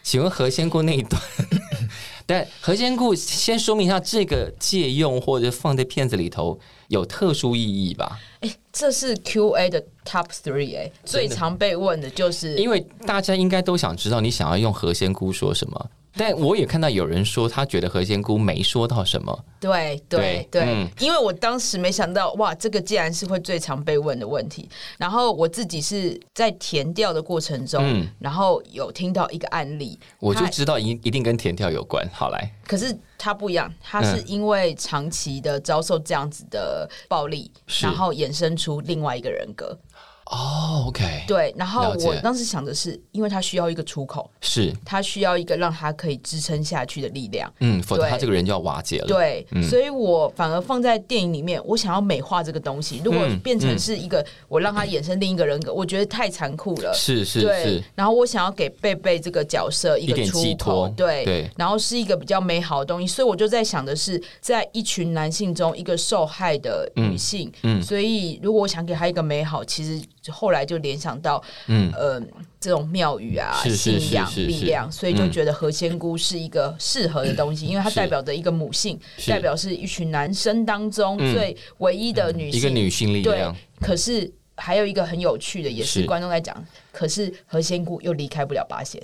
Speaker 2: 请问何仙姑那一段？ 但何仙姑先说明一下，这个借用或者放在片子里头有特殊意义吧？
Speaker 3: 哎、这是 Q&A 的 Top Three 哎、最常被问的就是
Speaker 2: 因为大家应该都想知道你想要用何仙姑说什么，但我也看到有人说他觉得何仙姑没说到什么。
Speaker 3: 对对
Speaker 2: 对
Speaker 3: 对，
Speaker 2: 嗯
Speaker 3: 因为我当时没想到，哇，这个竟然是会最常被问的问题。然后我自己是在填调的过程中，
Speaker 2: 嗯
Speaker 3: 然后有听到一个案例，
Speaker 2: 我就
Speaker 3: 他
Speaker 2: 知道一一定跟甜跳有关。好来，
Speaker 3: 可是他不一样，他是因为长期的遭受这样子的暴力，
Speaker 2: 是
Speaker 3: 然后衍生出另外一个人格。
Speaker 2: 哦，OK，，
Speaker 3: 对，然后
Speaker 2: 了解
Speaker 3: 我当时想的是，因为他需要一个出口，
Speaker 2: 是，
Speaker 3: 他需要一个让他可以支撑下去的力量。
Speaker 2: 嗯，否则
Speaker 3: 对
Speaker 2: 他这个人就要瓦解了。，
Speaker 3: 对，
Speaker 2: 嗯
Speaker 3: 所以我反而放在电影里面，我想要美化这个东西。如果
Speaker 2: 嗯
Speaker 3: 变成是一个、我让他衍生另一个人格，我觉得太残酷了。
Speaker 2: 是是
Speaker 3: 对
Speaker 2: 是，，
Speaker 3: 然后我想要给贝贝这个角色一
Speaker 2: 一
Speaker 3: 个
Speaker 2: 点
Speaker 3: 出
Speaker 2: 寄
Speaker 3: 口
Speaker 2: 托，
Speaker 3: 对，
Speaker 2: 对
Speaker 3: 然后是一个比较美好的东西，所以我就在想的是，在一群男性中，一个受害的女性，
Speaker 2: 嗯嗯
Speaker 3: 所以如果我想给她一个美好，其实后来就联想到，
Speaker 2: 嗯
Speaker 3: 呃，这种庙宇啊，
Speaker 2: 是是
Speaker 3: 信仰
Speaker 2: 是是是
Speaker 3: 力量，所以就觉得何仙姑是一个适合的东西，因为它
Speaker 2: 嗯是
Speaker 3: 代表着一个母性，
Speaker 2: 是
Speaker 3: 代表是一群男生当中
Speaker 2: 嗯
Speaker 3: 最唯一的女性，
Speaker 2: 一个女性力
Speaker 3: 对
Speaker 2: 量，，
Speaker 3: 可是还有一个很有趣的，也是
Speaker 2: 是
Speaker 3: 观众在讲，可是何仙姑又离开不了八仙，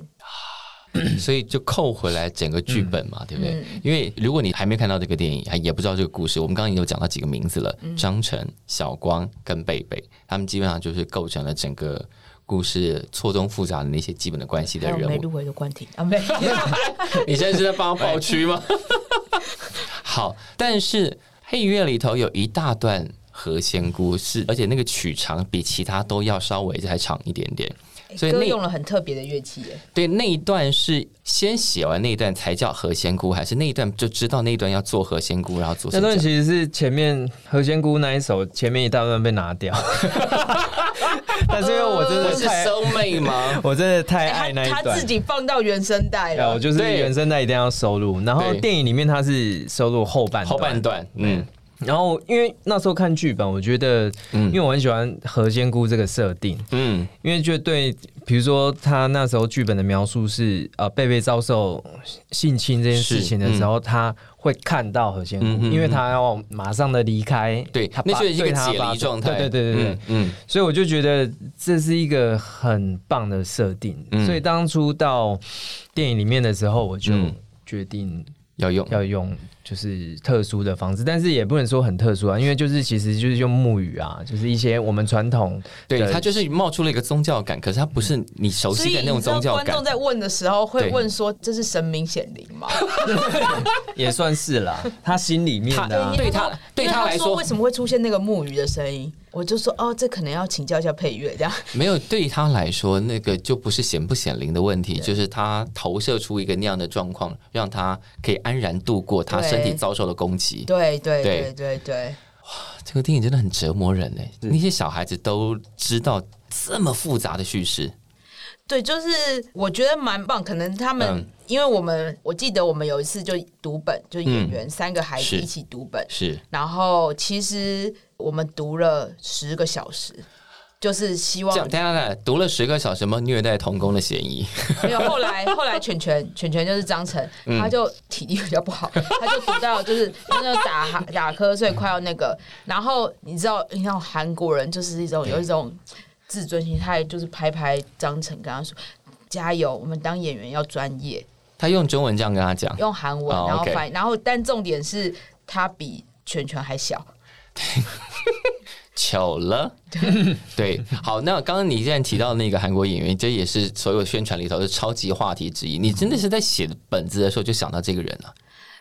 Speaker 2: 所以就扣回来整个剧本嘛，对不对？因为如果你还没看到这个电影，还也不知道这个故事，我们刚刚已经有讲到几个名字了，张晨、小光跟贝贝，他们基本上就是构成了整个故事错综复杂的那些基本的关系的
Speaker 3: 还有
Speaker 2: 人
Speaker 3: 没
Speaker 2: 物。
Speaker 3: 入围的关婷啊，没
Speaker 2: 你现在是在帮我跑区吗？ 好，但是配乐里头有一大段何仙姑是，而且那个曲长比其他都要稍微还长一点点， 所以
Speaker 3: 哥
Speaker 2: 那
Speaker 3: 用了很特别的乐器耶，
Speaker 2: 对那一段是先写完那一段才叫何仙姑，还是那一段就知道那一段要做何仙姑，然后做
Speaker 4: 那
Speaker 2: 成这
Speaker 4: 段
Speaker 2: 样？
Speaker 4: 其实是前面何仙姑那一首，前面一大段被拿 掉，但是因为呃我真
Speaker 2: 我
Speaker 4: 的
Speaker 2: 是
Speaker 4: 太，
Speaker 2: 收妹吗？
Speaker 4: 我真的太
Speaker 3: 哎
Speaker 4: 爱那一
Speaker 3: 他
Speaker 4: 段，
Speaker 3: 他自己放到原声带
Speaker 2: 哎
Speaker 4: 对，
Speaker 3: 了
Speaker 4: 我，就是
Speaker 2: 对
Speaker 4: 原声带一定要收录，然后
Speaker 2: 对
Speaker 4: 电影里面它是收录后半
Speaker 2: 后半段，嗯，
Speaker 4: 然后因为那时候看剧本，我觉得，
Speaker 2: 嗯
Speaker 4: 因为我很喜欢河间姑这个设定，
Speaker 2: 嗯
Speaker 4: 因为就对，比如说他那时候剧本的描述是，呃，贝贝遭受性侵这件事情的时候，他会看到何仙姑，
Speaker 2: 嗯嗯嗯
Speaker 4: 因为他要马上的离开，
Speaker 2: 对
Speaker 4: 他，
Speaker 2: 那
Speaker 4: 爸
Speaker 2: 就是一个
Speaker 4: 对他
Speaker 2: 解
Speaker 4: 爸
Speaker 2: 离状态，
Speaker 4: 对对对对对，
Speaker 2: 嗯，
Speaker 4: 所以我就觉得这是一个很棒的设定，
Speaker 2: 嗯
Speaker 4: 所以当初到电影里面的时候，我就
Speaker 2: 嗯
Speaker 4: 决定
Speaker 2: 要用，
Speaker 4: 要用就是特殊的方式，但是也不能说很特殊啊，因为就是其实就是用木语啊，就是一些我们传统
Speaker 2: 对，
Speaker 4: 的
Speaker 2: 它就是冒出了一个宗教感，可是它不是你熟
Speaker 3: 所
Speaker 2: 悉
Speaker 3: 以
Speaker 2: 的那
Speaker 3: 你
Speaker 2: 种
Speaker 3: 知道
Speaker 2: 宗教
Speaker 3: 观
Speaker 2: 感
Speaker 3: 众。在问的时候会
Speaker 2: 对
Speaker 3: 问说：“这是神明显灵 吗
Speaker 4: 也算是啦，他心里面的、啊
Speaker 2: 他。对他对
Speaker 3: 因为
Speaker 2: 他
Speaker 3: 他
Speaker 2: 来
Speaker 3: 说
Speaker 2: 说
Speaker 3: 为什么会出现那个木鱼的声音？”我就说：“哦，这可能要请教一下配乐。”这样
Speaker 2: 没有，对于他来说，那个就不是显不显灵的问题，就是他投射出一个那样的状况，让他可以安然度过他
Speaker 3: 对
Speaker 2: 身体遭受的攻击。
Speaker 3: 对对
Speaker 2: 对
Speaker 3: 对对对，
Speaker 2: 这个电影真的很折磨人哎，那些小孩子都知道这么复杂的叙事，
Speaker 3: 对，就是我觉得蛮棒。可能他们、
Speaker 2: 嗯
Speaker 3: 因为我们我记得我们有一次就读本，就演员、三个孩子
Speaker 2: 嗯是
Speaker 3: 一起读本，
Speaker 2: 是
Speaker 3: 然后其实我们读了十个小时，就是希
Speaker 2: 这
Speaker 3: 望
Speaker 2: 样。等一下，等一下读了十个小时，有没有虐待童工的 嫌疑？
Speaker 3: 没有，后来后来犬犬犬犬就是张晨，
Speaker 2: 嗯
Speaker 3: 他就体力比较不好，他就读到就是他就打哈打瞌睡，快要那个。然后你知道，你像韩国人就是一种有一种自尊心，他也就是拍拍张晨，跟他说。加油！我们当演员要专业，
Speaker 2: 他用中文这样跟他讲，
Speaker 3: 用韩文，
Speaker 2: 哦
Speaker 3: 然后
Speaker 2: OK
Speaker 3: 翻，然后但重点是他比犬犬还小，
Speaker 2: 糗 了。对，好，那刚刚你既然提到那个韩国演员，这也是所有宣传里头的超级话题之一。你真的是在写本子的时候就想到这个人了、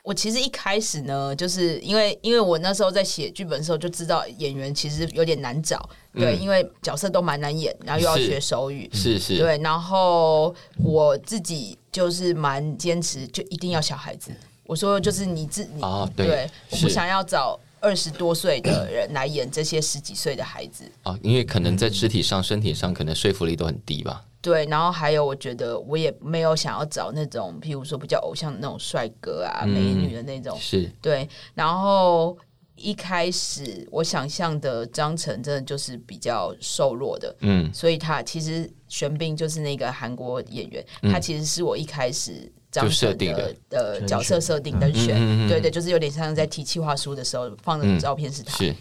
Speaker 3: 我其实一开始呢，就是因为因为我那时候在写剧本的时候就知道演员其实有点难找，对，因为角色都蛮难演，然后又要
Speaker 2: 嗯是
Speaker 3: 学手语，
Speaker 2: 是是，
Speaker 3: 对，然后我自己就是蛮坚持，就一定要小孩子。我说就是你自你、
Speaker 2: 啊对
Speaker 3: 我
Speaker 2: 是
Speaker 3: 不想要找二十多岁的人来演这些十几岁的孩子。
Speaker 2: 啊，因为可能在肢体上、身体上，可能说服力都很低吧。
Speaker 3: 对，然后还有，我觉得我也没有想要找那种，譬如说比较偶像的那种帅哥啊、美
Speaker 2: 嗯
Speaker 3: 女的那种，
Speaker 2: 是，
Speaker 3: 对，然后一开始我想象的张晨真的就是比较瘦弱的，
Speaker 2: 嗯，
Speaker 3: 所以他其实玄彬就是那个韩国演员，他其实是我一开始。张
Speaker 2: 嗯就设
Speaker 3: 晨
Speaker 2: 定
Speaker 3: 的
Speaker 2: 的
Speaker 3: 呃角色设定跟选，
Speaker 2: 嗯嗯嗯嗯
Speaker 3: 对对，就是有点像在提企划书的时候放的
Speaker 2: 嗯
Speaker 3: 照片是他。
Speaker 2: 是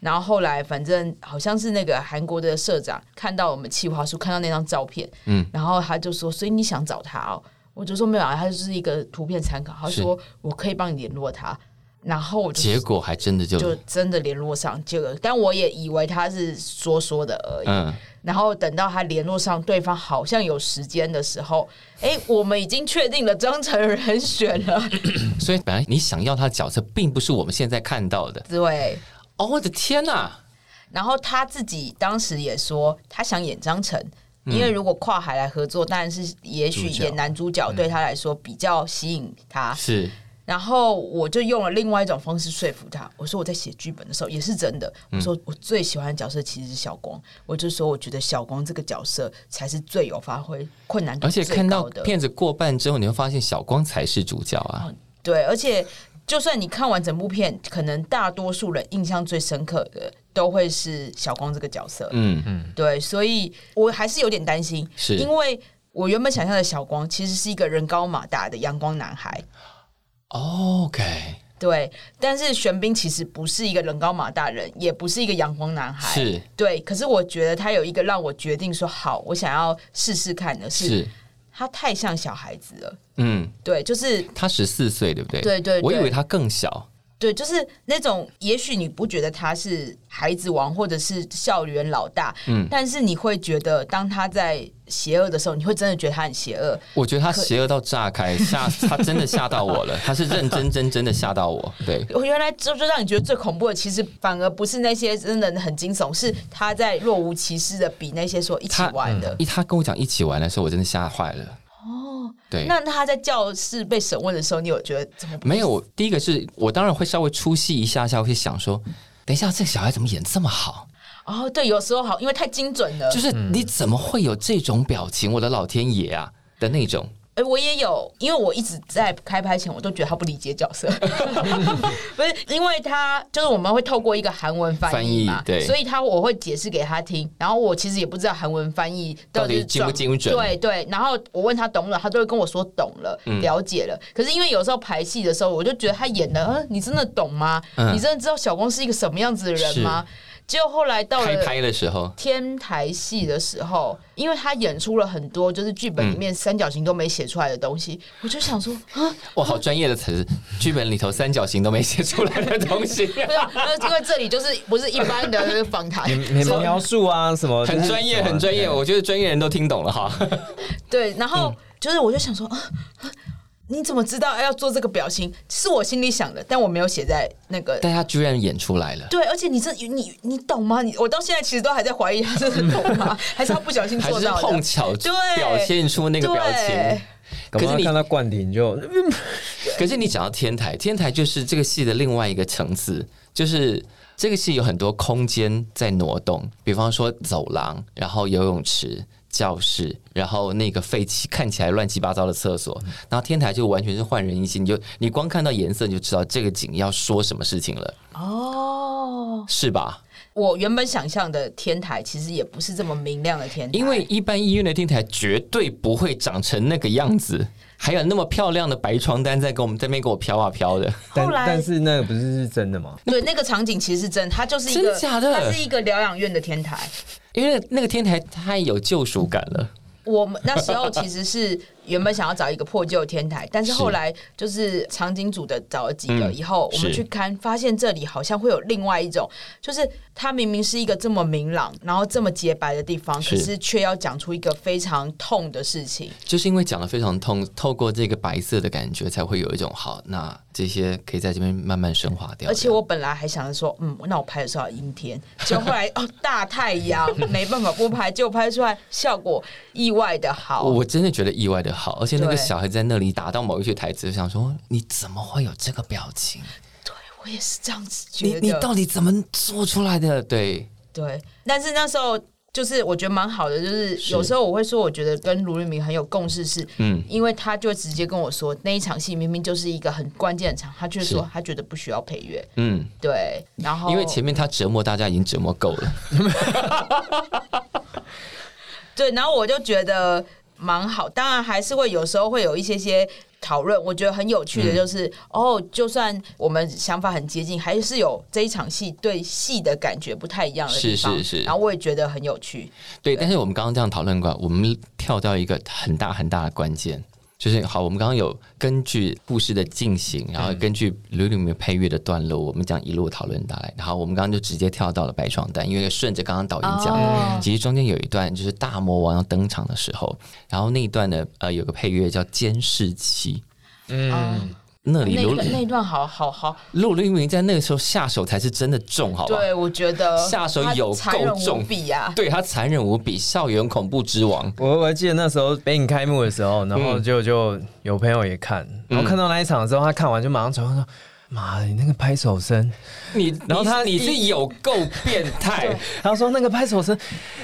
Speaker 3: 然后后来反正好像是那个韩国的社长看到我们企划书，看到那张照片，
Speaker 2: 嗯
Speaker 3: 然后他就说，所以你想找他哦？我就说没有啊，他就是一个图片参考。他
Speaker 2: 是
Speaker 3: 说我可以帮你联络他，然后我就
Speaker 2: 结果还真的就
Speaker 3: 就真的联络上，结果但我也以为他是说说的而已。
Speaker 2: 嗯，
Speaker 3: 然后等到他联络上对方好像有时间的时候，哎，我们已经确定了张成人选了，
Speaker 2: 所以本来你想要他的角色，并不是我们现在看到的。
Speaker 3: 对。
Speaker 2: 哦，我的天哪、
Speaker 3: 然后他自己当时也说，他想演张晨，
Speaker 2: 嗯
Speaker 3: 因为如果跨海来合作，当然是也许
Speaker 4: 主角
Speaker 3: 演男主角
Speaker 2: 嗯
Speaker 3: 对他来说比较吸引他。
Speaker 2: 是
Speaker 3: 然后我就用了另外一种方式说服他，我说我在写剧本的时候也是真的，
Speaker 2: 嗯
Speaker 3: 我说我最喜欢的角色其实是小光，我就说我觉得小光这个角色才是最有发挥困难度
Speaker 2: 而且
Speaker 3: 最
Speaker 2: 看到
Speaker 3: 高的，哦
Speaker 2: 片子过半之后，你会发现小光才是主角啊！
Speaker 3: 对，而且就算你看完整部片，可能大多数人印象最深刻的都会是小光这个角色，
Speaker 2: 嗯嗯，
Speaker 3: 对，所以我还是有点担心，
Speaker 2: 是
Speaker 3: 因为我原本想象的小光其实是一个人高马大的阳光男孩，
Speaker 2: OK，
Speaker 3: 对，但是玄彬其实不是一个人高马大人，也不是一个阳光男孩，
Speaker 2: 是
Speaker 3: 对。可是我觉得他有一个让我决定说好，我想要试试看的是，
Speaker 2: 是，
Speaker 3: 他太像小孩子了，
Speaker 2: 嗯，
Speaker 3: 对，就是
Speaker 2: 他十四岁，对不对？
Speaker 3: 对对对
Speaker 2: 我以为他更小。
Speaker 3: 对，就是那种，也许你不觉得他是孩子王或者是校园老大，嗯，但是你会觉得当他在邪恶的时候，你会真的觉得他很邪恶，
Speaker 2: 我觉得他邪恶到炸开，吓他真的吓到我了，他是认 真真真的吓到我。对，
Speaker 3: 我原来就就让你觉得最恐怖的，其实反而不是那些真的很惊悚，是他在若无其事的比那些说一起
Speaker 2: 他
Speaker 3: 玩的。
Speaker 2: 呃一他跟我讲一起玩的时候，我真的吓坏了。哦，对，
Speaker 3: 那他在教室被审问的时候，你有觉得怎么
Speaker 2: 没有。我第一个是我当然会稍微出戏一下下，会想说，等一下这个小孩怎么演这么好？
Speaker 3: 哦，对，有时候呃好，因为太精准了。
Speaker 2: 就是你怎么会有这种表情？我的老天爷啊的那种。
Speaker 3: 哎、我也有，因为我一直在开拍前，我都觉得他不理解角 色，不是因为他就是我们会透过一个韩文翻译嘛
Speaker 2: 翻译，对
Speaker 3: 所以他我会解释给他听，然后我其实也不知道韩文翻译到底是
Speaker 2: 到底精不
Speaker 3: 准
Speaker 2: 精准
Speaker 3: 对对，然后我问他懂了，他都会跟我说懂了，
Speaker 2: 嗯
Speaker 3: 了解了。可是因为有时候排戏的时候，我就觉得他演的，嗯，你真的懂吗？
Speaker 2: 嗯
Speaker 3: 你真的知道小光是一个什么样子的人吗？结果后来到了
Speaker 2: 开拍的时候，
Speaker 3: 天台戏的时候，因为他演出了很多就是剧本里面三角形都没写出来的东西，我就想说啊，
Speaker 2: 哇，好专业的词，剧本里头三角形都没写出来的东 西，
Speaker 3: 不是，呃因为这里就是不是一般的访谈，
Speaker 4: 你们描述啊什么，
Speaker 2: 哎很专业，很专业，我觉得专业人都听懂 了哈。
Speaker 3: 对，然后就是我就想说啊。啊你怎么知道要做这个表情？是我心里想的，但我没有写在那个
Speaker 2: 但他居然演出 来了，
Speaker 3: 对，而且你这你你懂吗？你我到现在其实都还在怀疑他真的懂吗？还是他不小心
Speaker 2: 还
Speaker 3: 做
Speaker 2: 是
Speaker 3: 到
Speaker 2: 碰
Speaker 3: 的？
Speaker 2: 巧
Speaker 3: 对
Speaker 2: 表现出那个表情
Speaker 3: 对。
Speaker 4: 可
Speaker 2: 可是
Speaker 4: 是
Speaker 2: 你
Speaker 4: 你看到冠廷 就
Speaker 2: 可是你讲到天台，天台就是这个戏的另外一个层次，就是这个戏有很多空间在挪动，比方说走廊，然后游泳池。教室，然后那个废弃看起来乱七八糟的厕所，然后天台就完全是焕然一新，你就你光看到颜色你就知道这个景要说什么事情了，
Speaker 3: 哦，
Speaker 2: 是吧？
Speaker 3: 我原本想象的天台其实也不是这么明亮的天台，
Speaker 2: 因为一般医院的天台绝对不会长成那个样子，还有那么漂亮的白床单在跟我们这边给我飘啊飘的，
Speaker 4: 但
Speaker 3: 后来
Speaker 4: 但是那个不是是真的吗？
Speaker 3: 对，那个场景其实是真的，它就是一个，
Speaker 2: 真假的
Speaker 3: 它是一个疗养院的天台。
Speaker 2: 因为那个天台太有救赎感了。
Speaker 3: 我们那时候其实是原本想要找一个破旧天台，但是
Speaker 2: 是
Speaker 3: 后来就是场景组的找了几个
Speaker 2: 嗯
Speaker 3: 以后，我们
Speaker 2: 是
Speaker 3: 去看，发现这里好像会有另外一种，就是它明明是一个这么明朗，然后这么洁白的地方，
Speaker 2: 是
Speaker 3: 可是却要讲出一个非常痛的事情。
Speaker 2: 就是因为讲的非常痛，透过这个白色的感觉，才会有一种好，那这些可以在这边慢慢升华掉。
Speaker 3: 而且我本来还想着说，嗯，那我拍的时候要阴天，结果后来哦大太 阳，没办法不拍，结果拍出来效果意外的好。
Speaker 2: 我真的觉得意外的好，而且那个
Speaker 3: 对
Speaker 2: 小孩在那里打到某一句台词，想说你怎么会有这个表情？
Speaker 3: 对我也是这样子觉
Speaker 2: 你
Speaker 3: 得。
Speaker 2: 你到底怎么做出来的？对，
Speaker 3: 对，但是那时候就是我觉得蛮好的，就是
Speaker 2: 是
Speaker 3: 有时候我会说，我觉得跟卢立明很有共识是，
Speaker 2: 嗯
Speaker 3: 因为他就直接跟我说那一场戏明明就是一个很关键的场，他却说
Speaker 2: 是
Speaker 3: 他觉得不需要配乐，
Speaker 2: 嗯，
Speaker 3: 对，然后
Speaker 2: 因为前面他折磨大家已经折磨够了，
Speaker 3: 对，然后我就觉得蛮好，当然还是会有时候会有一些些。讨论我觉得很有趣
Speaker 2: 嗯
Speaker 3: 的就是、哦，就算我们想法很接近，还是有这一场戏对戏的感觉不太一样的地
Speaker 2: 是
Speaker 3: 方。
Speaker 2: 是是
Speaker 3: 然后我也觉得很有趣。
Speaker 2: 对。但是我们刚刚这样讨论过，我们跳到一个很大很大的关键。就是好，我们刚刚有根据故事的进行，然后根据吕里面配乐的段落，我们讲一路讨论下来。然后我们刚刚就直接跳到了白床单，因为顺着刚刚导演讲，
Speaker 3: 哦
Speaker 2: 其实中间有一段就是大魔王要登场的时候，然后那一段呢，呃，有个配乐叫《监视器》，
Speaker 4: 嗯，
Speaker 2: 那里
Speaker 3: 哦那
Speaker 2: 刘
Speaker 3: 个那一段好好好，
Speaker 2: 陆立明在那个时候下手才是真的重，好吧？
Speaker 3: 对，我觉得
Speaker 2: 下手有够
Speaker 3: 他残忍无
Speaker 2: 重
Speaker 3: 比啊！
Speaker 2: 对他残忍无比，校园恐怖之王。
Speaker 4: 我我还记得那时候北影开幕的时候，然
Speaker 2: 嗯
Speaker 4: 后就就有朋友也看，然后看到那一场的时候，他看完就马上传话说：“妈的，你那个拍手声。”
Speaker 2: 你，
Speaker 4: 然后他
Speaker 2: 你是
Speaker 4: 一
Speaker 2: 有够变态，
Speaker 4: 他说那个拍手声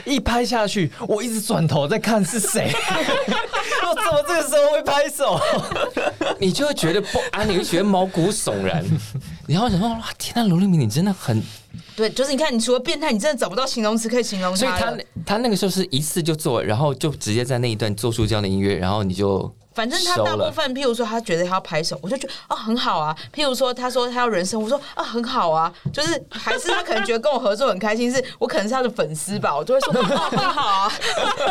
Speaker 4: 一拍下去，我一直转头在看 是谁，我怎么这个时候会拍手？
Speaker 2: 你就会觉得不安，你会觉得毛骨 悚然，然后想说哇，天呐，卢立明你真的很，
Speaker 3: 对，就是你看，你除了变态，你真的找不到形容词可以形容
Speaker 2: 所以
Speaker 3: 他
Speaker 2: 他
Speaker 3: 了。
Speaker 2: 他那个时候是一次就做，然后就直接在那一段做出这样的音乐，然后你就
Speaker 3: 反正他
Speaker 2: 收
Speaker 3: 大
Speaker 2: 了
Speaker 3: 部分，譬如说他觉得他要拍手，我就觉得啊很好啊。譬如说他说他要人生，我说啊很好啊。就是还是他可能觉得跟我合作很开心，是我可能是他的粉丝吧，我就会说啊很好啊，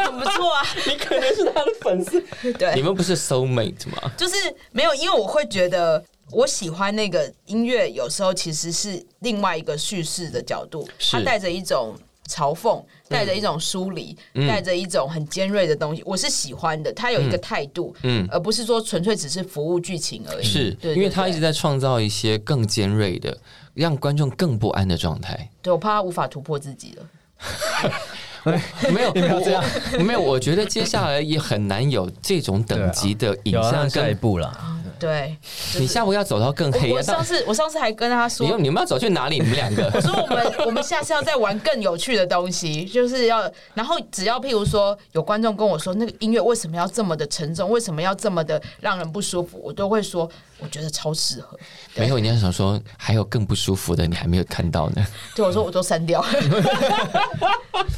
Speaker 3: 很不错啊。
Speaker 2: 你可能是他的粉丝，你
Speaker 3: 对，嗯
Speaker 2: 们不是 soul mate 吗？
Speaker 3: 就是没有，因为我会觉得我喜欢那个音乐，有时候其实是另外一个叙事的角度，
Speaker 2: 是嗯
Speaker 3: 它带着一种。嘲讽带着一种疏离，带着一种很尖锐的东西，我是喜欢的。它有一个态度，
Speaker 2: 嗯
Speaker 3: 而不是说纯粹只是服务剧情而已。
Speaker 2: 是
Speaker 3: 对对
Speaker 2: 因为他
Speaker 3: 对
Speaker 2: 一直在创造一些更尖锐的，让观众更不安的状态。
Speaker 3: 对我怕他无法突破自己了。
Speaker 2: 没 有，
Speaker 4: 你不要 这样
Speaker 2: 我，我没有。我觉得接下来也很难有这种等级的影
Speaker 4: 有啊
Speaker 2: 像
Speaker 4: 那下一
Speaker 2: 跟
Speaker 4: 步啦，
Speaker 3: 对，
Speaker 2: 你下午要走到更黑
Speaker 3: 我
Speaker 2: 啊
Speaker 3: 我！上次我上次还跟他说
Speaker 2: 你，要你们要走去哪里？你们两
Speaker 3: 我
Speaker 2: 个
Speaker 3: 说我们 我们下次要再玩更有趣的东西，就是要，然后只要譬如说有观众跟我说那个音乐为什么要这么的沉重，为什么要这么的让人不舒服，我都会说我觉得超适合。
Speaker 2: 没有，你要想说还有更不舒服的，你还没有看到呢。
Speaker 3: 对，我说我都删掉。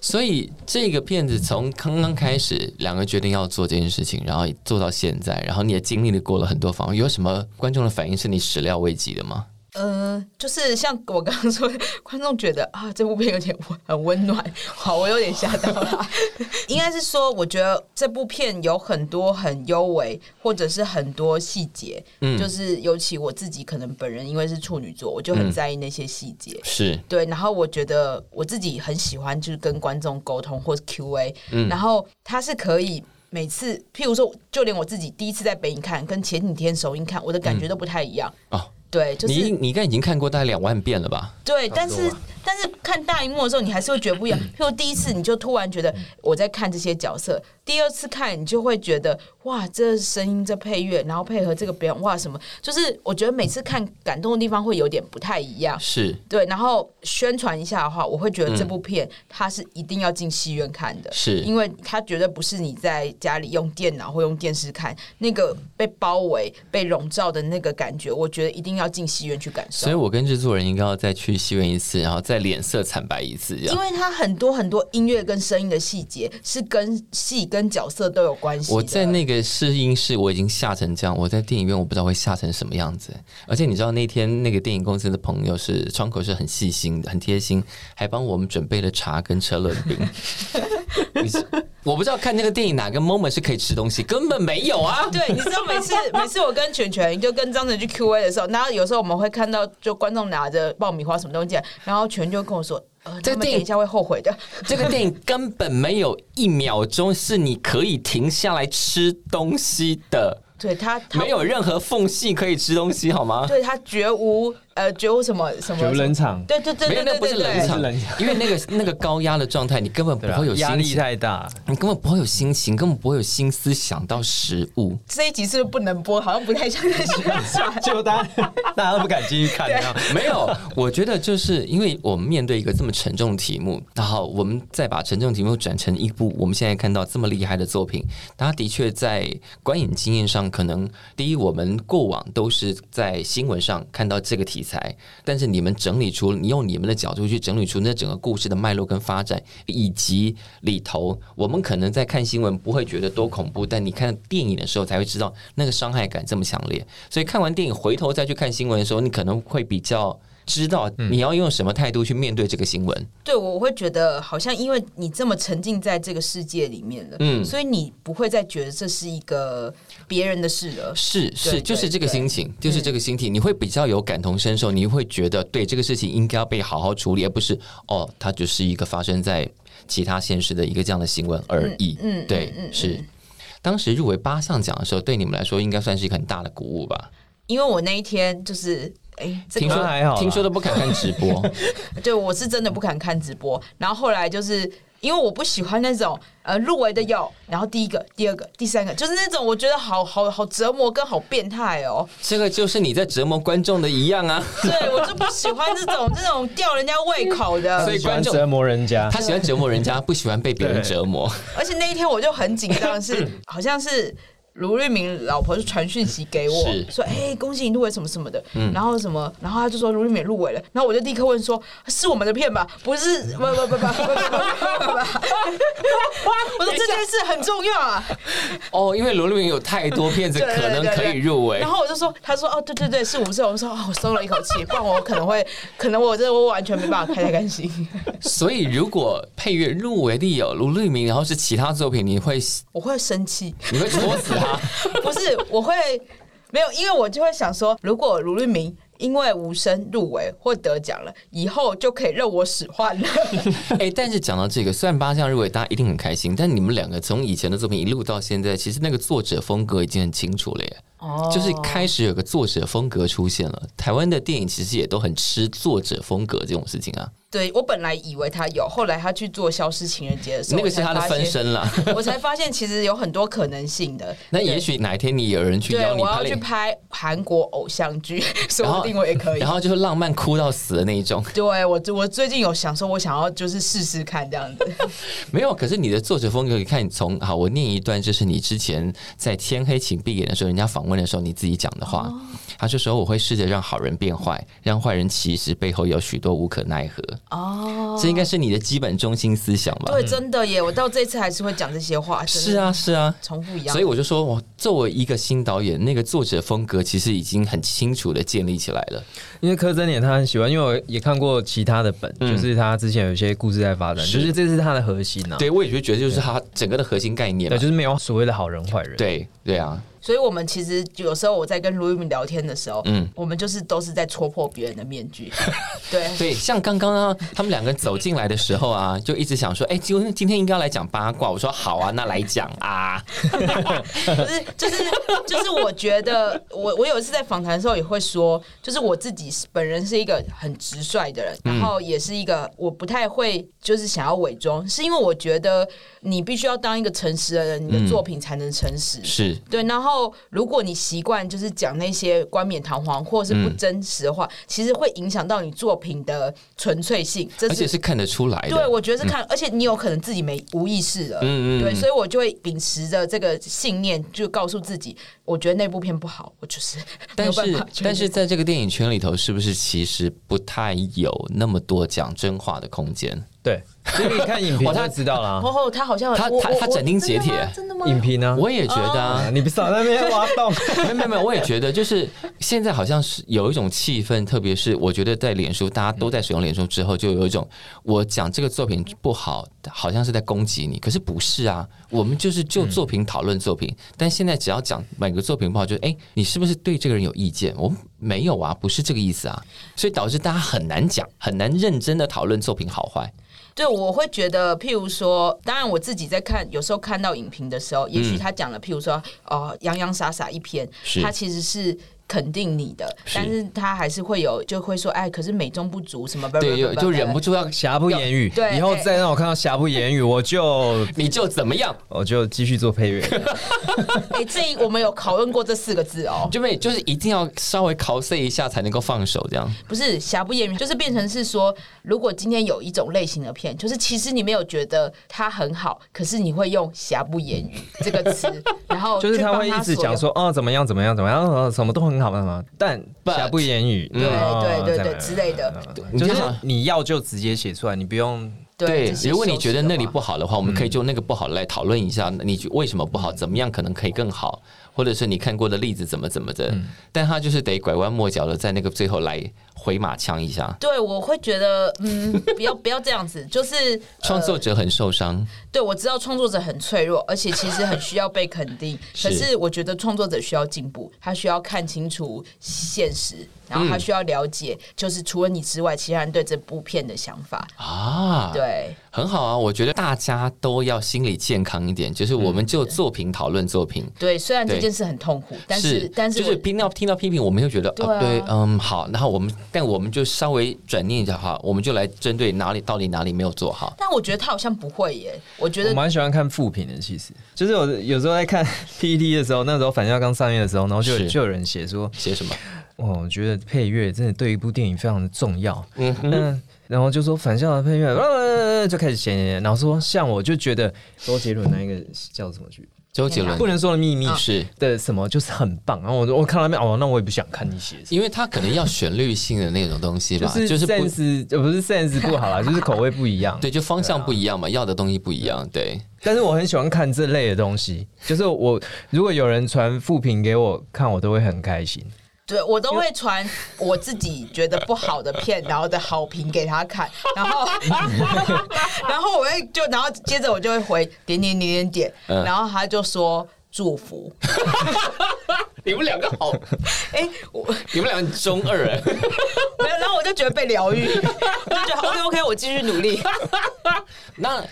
Speaker 2: 所以这个片子从刚刚开始，两个决定要做这件事情，然后做到现在，然后你也经历了过了很多方，有什么观众的反应是你始料未及的吗？
Speaker 3: 嗯，就是像我刚刚说，观众觉得啊，这部片有点温很温暖，好，我有点吓到了。 应该是说，我觉得这部片有很多很优美，或者是很多细节，
Speaker 2: 嗯
Speaker 3: 就是尤其我自己可能本人因为是处女座，我就
Speaker 2: 嗯
Speaker 3: 很在意那些细节。
Speaker 2: 是
Speaker 3: 对，然后我觉得我自己很喜欢，就是跟观众沟通或是 Q&A，、然
Speaker 2: 嗯
Speaker 3: 后它是可以每次，譬如说，就连我自己第一次在北影看，跟前几天首映看，我的感觉都不太一样。
Speaker 2: 哦，
Speaker 3: 对，就是
Speaker 2: 嗯你你应该已经看过大概两万遍了吧？
Speaker 3: 对，
Speaker 4: 差不
Speaker 3: 但
Speaker 4: 多
Speaker 3: 是
Speaker 4: 吧
Speaker 3: 但是看大荧幕的时候，你还是会觉得不一样。譬如第一次，你就突然觉得我在看这些角色；第二次看，你就会觉得哇，这声音、这配乐，然后配合这个表演，哇，什么？就是我觉得每次看感动的地方会有点不太一样。
Speaker 2: 是
Speaker 3: 对，然后宣传一下的话，我会觉得这部片它是一定要进戏院看的，
Speaker 2: 是
Speaker 3: 因为它绝对不是你在家里用电脑或用电视看，那个被包围、被笼罩的那个感觉，我觉得一定要进戏院去感受
Speaker 2: 所以。我跟制作人应该要再去戏院一次，然后再脸色惨白一次，这
Speaker 3: 因
Speaker 2: 样。
Speaker 3: 为它很多很多音乐跟声音的细节是跟戏跟角色都有关系的。
Speaker 2: 我在那个试音室我已经吓成这样，我在电影院我不知道会吓成什么样子。而且你知道那天那个电影公司的朋友是窗口是很细心的、很贴心，还帮我们准备了茶跟车轮饼。你是我不知道看那个电影哪个 moment 是可以吃东西，根本没有啊！
Speaker 3: 对，你知道每次每次我跟全全就跟张晨去 Q A 的时候，然后有时候我们会看到就观众拿着爆米花什么东西进来，然后全就跟我说。呃，
Speaker 2: 这
Speaker 3: 他们
Speaker 2: 电
Speaker 3: 等一下会后悔 的。
Speaker 2: 这个电影根本没有一秒钟是你可以停下来吃东西的，
Speaker 3: 对他，他
Speaker 2: 没有任何缝隙可以吃东西，好吗？
Speaker 3: 对他绝无呃绝无什么什么
Speaker 4: 绝无冷
Speaker 3: 什么
Speaker 4: 场
Speaker 3: 对对对
Speaker 2: 没
Speaker 3: 对
Speaker 2: 有，
Speaker 3: 对
Speaker 2: 那不
Speaker 3: 对
Speaker 2: 是冷
Speaker 3: 对，
Speaker 2: 场，
Speaker 4: 不是冷场
Speaker 2: 因为那个那个高压的状态，你根本不
Speaker 4: 对啊
Speaker 2: 会有
Speaker 4: 压
Speaker 2: 心
Speaker 4: 力
Speaker 2: 情，
Speaker 4: 太大，
Speaker 2: 你根本不会有心情，根本不会有心思想到食物。
Speaker 3: 这一集是不是不能播，好像不太像在宣传。
Speaker 4: 结果大家 大家都不敢进去看，你知道吗
Speaker 2: 没有，我觉得就是因为我们面对一个这么沉重的题目，然后我们再把沉重题目转成一部我们现在看到这么厉害的作品，它的确在观影经验上，可能第一我们过往都是在新闻上看到这个题材，但是你们整理出，你用你们的角度去整理出那整个故事的脉络跟发展，以及里头，我们可能在看新闻不会觉得多恐怖，但你看电影的时候才会知道那个伤害感这么强烈。所以看完电影回头再去看新闻的时候，你可能会比较知道你要用什么态度去面对这个新闻。
Speaker 3: 对，我会觉得好像因为你这么沉浸在这个世界里面了，
Speaker 2: 嗯
Speaker 3: 所以你不会再觉得这是一个别人的事了。
Speaker 2: 是是，
Speaker 3: 对
Speaker 2: 就是这个
Speaker 3: 对嗯
Speaker 2: 心情，就是这个心情，你会比较有感同身受，你会觉得对这个事情应该要被好好处理，而不是哦，它就是一个发生在其他现实的一个这样的新闻而已。
Speaker 3: 嗯嗯
Speaker 2: 对，
Speaker 3: 嗯嗯
Speaker 2: 是。当时入围八项奖的时候，对你们来说应该算是一个很大的鼓舞吧？
Speaker 3: 因为我那一天就是，哎，这
Speaker 2: 听说
Speaker 3: 个
Speaker 4: 那还好啦
Speaker 2: 听说都不敢看直 播，
Speaker 3: 对我是真的不敢看直播，然后后来就是。因为我不喜欢那种呃入围的有，然后第一个、第二个、第三个，就是那种我觉得好好好折磨跟好变态哦。
Speaker 2: 这个就是你在折磨观众的一样啊。
Speaker 3: 对我就不喜欢这种这种吊人家胃口的。
Speaker 2: 所以
Speaker 4: 呃喜欢
Speaker 2: 观众
Speaker 4: 折磨人家，
Speaker 2: 他喜欢折磨人家，不喜欢被别人
Speaker 4: 对
Speaker 2: 折磨。
Speaker 3: 而且那一天我就很紧张，是好像是卢瑞敏老婆就传讯息给我
Speaker 2: 是，
Speaker 3: 说：“哎、恭喜你入围什么什么的。然后什么，然后他就说卢瑞敏入围了，然后我就立刻问说：“是我们的片吧？不是？不不不不不不不不不不！”我说这件事很重要啊。
Speaker 2: 哦，因为罗丽云有太多片子
Speaker 3: 对对
Speaker 2: 可能
Speaker 3: 对
Speaker 2: 可
Speaker 3: 对
Speaker 2: 以入围
Speaker 3: 然，后我就说，他说哦，对对对，是五是我说哦，我松了一口气，不然我可能会，可能我这我完全没办法开太开心。
Speaker 2: 所以如果配乐入围的有卢立明，然后是其他作品，你会
Speaker 3: 我会生气，
Speaker 2: 你会戳死他？
Speaker 3: 不是，我会没有，因为我就会想说，如果卢律明因为无声入围或得奖了，以后就可以任我使唤了。
Speaker 2: 哎、但是讲到这个，虽然八项入围大家一定很开心，但你们两个从以前的作品一路到现在，其实那个作者风格已经很清楚了耶。
Speaker 3: 哦
Speaker 2: 就是开始有个作者风格出现了。台湾的电影其实也都很吃作者风格这种事情啊，
Speaker 3: 对我本来以为他有，后来他去做《消失情人节》的时候，
Speaker 2: 那个是他的分身
Speaker 3: 我
Speaker 2: 啦。
Speaker 3: 才发现，我才发现其实有很多可能性的。
Speaker 2: 那也许哪一天你有人去
Speaker 3: 对，
Speaker 2: 邀你
Speaker 3: 我
Speaker 2: 拍
Speaker 3: 要去
Speaker 2: 电影，
Speaker 3: 拍韩国偶像剧， 说
Speaker 2: 然后
Speaker 3: 不定我也可以
Speaker 2: 然。后就是浪漫哭到死的那一种。
Speaker 3: 对我，我最近有想说，我想要就是试试看这样子。
Speaker 2: 没有，可是你的作者风格，你看你从好，我念一段，就是你之前在《天黑请闭眼》的时候，人家访问的时候你自己讲的话。
Speaker 3: 哦
Speaker 2: 他就说我会试着让好人变坏，让坏人其实背后有许多无可奈何。
Speaker 3: 哦，
Speaker 2: 这应该是你的基本中心思想吧？
Speaker 3: 对，真的耶！我到这次还是会讲这些话。真的
Speaker 2: 是，啊，是啊。
Speaker 3: 重复一样。
Speaker 2: 所以我就说，我作为一个新导演，那个作者风格其实已经很清楚的建立起来了。
Speaker 3: 哦
Speaker 4: 因为柯震年他很喜欢，因为我也看过其他的本，
Speaker 2: 嗯
Speaker 4: 就是他之前有一些故事在发展，
Speaker 2: 是
Speaker 4: 就是这是他的核心啊。
Speaker 2: 对，我也就觉得就是它整个的核心概念
Speaker 4: 对，
Speaker 2: 嘛。
Speaker 4: 就是没有所谓的好人坏人。，
Speaker 2: 对对啊，
Speaker 3: 所以我们其实有时候我在跟卢玉明聊天的时候，
Speaker 2: 嗯
Speaker 3: 嗯，我们就是都是在戳破别人的面 具。对，
Speaker 2: 对，像刚刚啊，他们两个走进来的时候啊，就一直想说，哎、今天今天应该要来讲八卦。我说好啊，那来讲啊。
Speaker 3: 就是就是就是，我觉得我我有一次在访谈的时候也会说，就是我自己本人是一个很直率的人，
Speaker 2: 嗯
Speaker 3: 然后也是一个我不太会就是想要伪装，是因为我觉得你必须要当一个诚实的人，你的作品才能诚实。
Speaker 2: 是，
Speaker 3: 对，然后如果你习惯就是讲那些冠冕堂皇或者是不
Speaker 2: 嗯
Speaker 3: 真实的话，其实会影响到你作品的纯粹性。这
Speaker 2: 而且
Speaker 3: 是
Speaker 2: 是看得出来的。
Speaker 3: 对，我觉得是看，而且你有可能自己没无意识的，
Speaker 2: 嗯嗯
Speaker 3: 对，所以我就会秉持着这个信念，就告诉自己，我觉得那部片不好，我就是没
Speaker 2: 但
Speaker 3: 有办法
Speaker 2: 是
Speaker 3: 确定。
Speaker 2: 但是在这个电影圈里头，是不是其实不太有那么多讲真话的空间？
Speaker 4: 对，所以你 看影评就知道啦。
Speaker 3: 哦吼，他好像
Speaker 2: 他
Speaker 3: 我
Speaker 2: 他
Speaker 3: 我
Speaker 2: 他
Speaker 3: 我
Speaker 2: 斩钉截
Speaker 3: 真的吗
Speaker 2: 铁
Speaker 3: 真的吗？哦
Speaker 4: 影评呢？
Speaker 2: 我也觉得啊。
Speaker 4: 啊，你别少在那边挖洞。
Speaker 2: 没有没有没有，我也觉得，就是现在好像是有一种气氛，特别是我觉得在脸书，大家都在使用脸书之后，就有一种我讲这个作品不好，好像是在攻击你，可是不是啊？我们就是就作品讨论作品，但现在只要讲每个作品不好，就是哎、诶你是不是对这个人有意见？我们没有啊，不是这个意思啊，所以导致大家很难讲，很难认真的讨论作品好坏。
Speaker 3: 对，我会觉得，譬如说，当然我自己在看，有时候看到影评的时候，也许他讲了，譬如说，哦、洋洋洒洒一篇
Speaker 2: 是，
Speaker 3: 他其实是。肯定你的，
Speaker 2: 是
Speaker 3: 但是他还是会有，就会说，哎，可是美中不足什么，
Speaker 2: 对，有就忍
Speaker 3: 不
Speaker 2: 不住要，
Speaker 4: 瑕不掩瑜，
Speaker 3: 对
Speaker 4: 以后再让我看到瑕不掩瑜，我就
Speaker 2: 你就怎么样？
Speaker 4: 我就继续做 配乐。
Speaker 3: 哎、这一我们有讨论过这四个字哦，
Speaker 2: 就被就是一定要稍微 cos 一下才能够放手，这样
Speaker 3: 不是瑕不掩瑜，就是变成是说，如果今天有一种类型的片，就是其实你没有觉得它很好，可是你会用瑕不掩瑜这个词，然 后
Speaker 4: 就是
Speaker 3: 去
Speaker 4: 他
Speaker 3: 帮
Speaker 4: 会一直
Speaker 3: 所
Speaker 4: 讲
Speaker 3: 有
Speaker 4: 说哦怎么样怎么样怎么样，哦什么都很好什么，但
Speaker 2: But-
Speaker 4: 瑕不掩瑜，
Speaker 2: 对
Speaker 4: 哦
Speaker 3: 对对
Speaker 4: 怎
Speaker 3: 对
Speaker 4: 么样
Speaker 3: 之类的
Speaker 2: 你
Speaker 4: 嗯就是
Speaker 2: 看好
Speaker 4: 你要就直接写出来，你不用
Speaker 3: 对，
Speaker 2: 对
Speaker 3: 这，些
Speaker 2: 如果你
Speaker 3: 修
Speaker 2: 觉得
Speaker 3: 饰的
Speaker 2: 那里
Speaker 3: 话嗯
Speaker 2: 不好的话，我们可以就那个不好来讨论一下，你觉为什么不好，怎么样可能可以更好，或者是你看过的例子怎么怎么
Speaker 3: 嗯
Speaker 2: 的，但他就是得拐弯抹角的在那个最后来回马枪一下，
Speaker 3: 对，我会觉得，嗯，不要不要这样子，就是
Speaker 2: 创作
Speaker 3: 呃
Speaker 2: 者很受伤，
Speaker 3: 对我知道创作者很脆弱，而且其实很需要被肯定。
Speaker 2: 是
Speaker 3: 可是我觉得创作者需要进步，他需要看清楚现实，然后
Speaker 2: 嗯
Speaker 3: 他需要了解，就是除了你之外，其他人对这部片的想法。
Speaker 2: 啊，
Speaker 3: 对，
Speaker 2: 很好啊，我觉得大家都要心理健康一点，就是
Speaker 3: 嗯
Speaker 2: 我们就作品讨论作品。
Speaker 3: 对，虽然这
Speaker 2: 对
Speaker 3: 件事很痛苦，但是但是
Speaker 2: 就是
Speaker 3: 我
Speaker 2: 听到听到批评，我们又觉得
Speaker 3: 对
Speaker 2: 呃
Speaker 3: 啊
Speaker 2: 对，嗯，好，然后我们但我们就稍微转念一下哈，我们就来针对哪里到底哪里没有做好，
Speaker 3: 但我觉得他好像不会耶，我觉
Speaker 4: 我
Speaker 3: 得
Speaker 4: 蛮喜欢看副评的，其实就是我有时候在看 PPT 的时候，那时候反正要刚上映的时候，然后就有
Speaker 2: 是
Speaker 4: 就有人写说，
Speaker 2: 写什么？
Speaker 4: 哦，我觉得配乐真的对一部电影非常的重要。嗯然后就说反向的配乐，呃、就开始写写写，然后说像我就觉得周杰伦那一个叫什么剧，
Speaker 2: 周杰伦
Speaker 4: 不能说的秘密
Speaker 2: 是
Speaker 4: 的什么就是很棒。然后我就我看到那边哦，那我也不想看你写什么。
Speaker 2: 因为他可能要旋律性的那种东西
Speaker 4: 就
Speaker 2: 吧，
Speaker 4: 是
Speaker 2: 啊就是不
Speaker 4: sense 呃不是 sense 不好啦，就是口味不 一样。
Speaker 2: 对，就方向不一样嘛，要的东西不一样，对，
Speaker 4: 但是我很喜欢看这类的东西，就是我如果有人传副评给我看，我都会很开心。
Speaker 3: 对我都会传我自己觉得不好的片，然后的好评给他看，然 后然后我会就然后接着我就会回点点点点点，
Speaker 2: 嗯
Speaker 3: 然后他就说。祝福。
Speaker 2: 你们两个 好，
Speaker 3: 哎、我
Speaker 2: 你们两个很中二哎、
Speaker 3: 没有，然后我就觉得被疗愈，我就觉得 OK OK，我继续努力。
Speaker 2: 那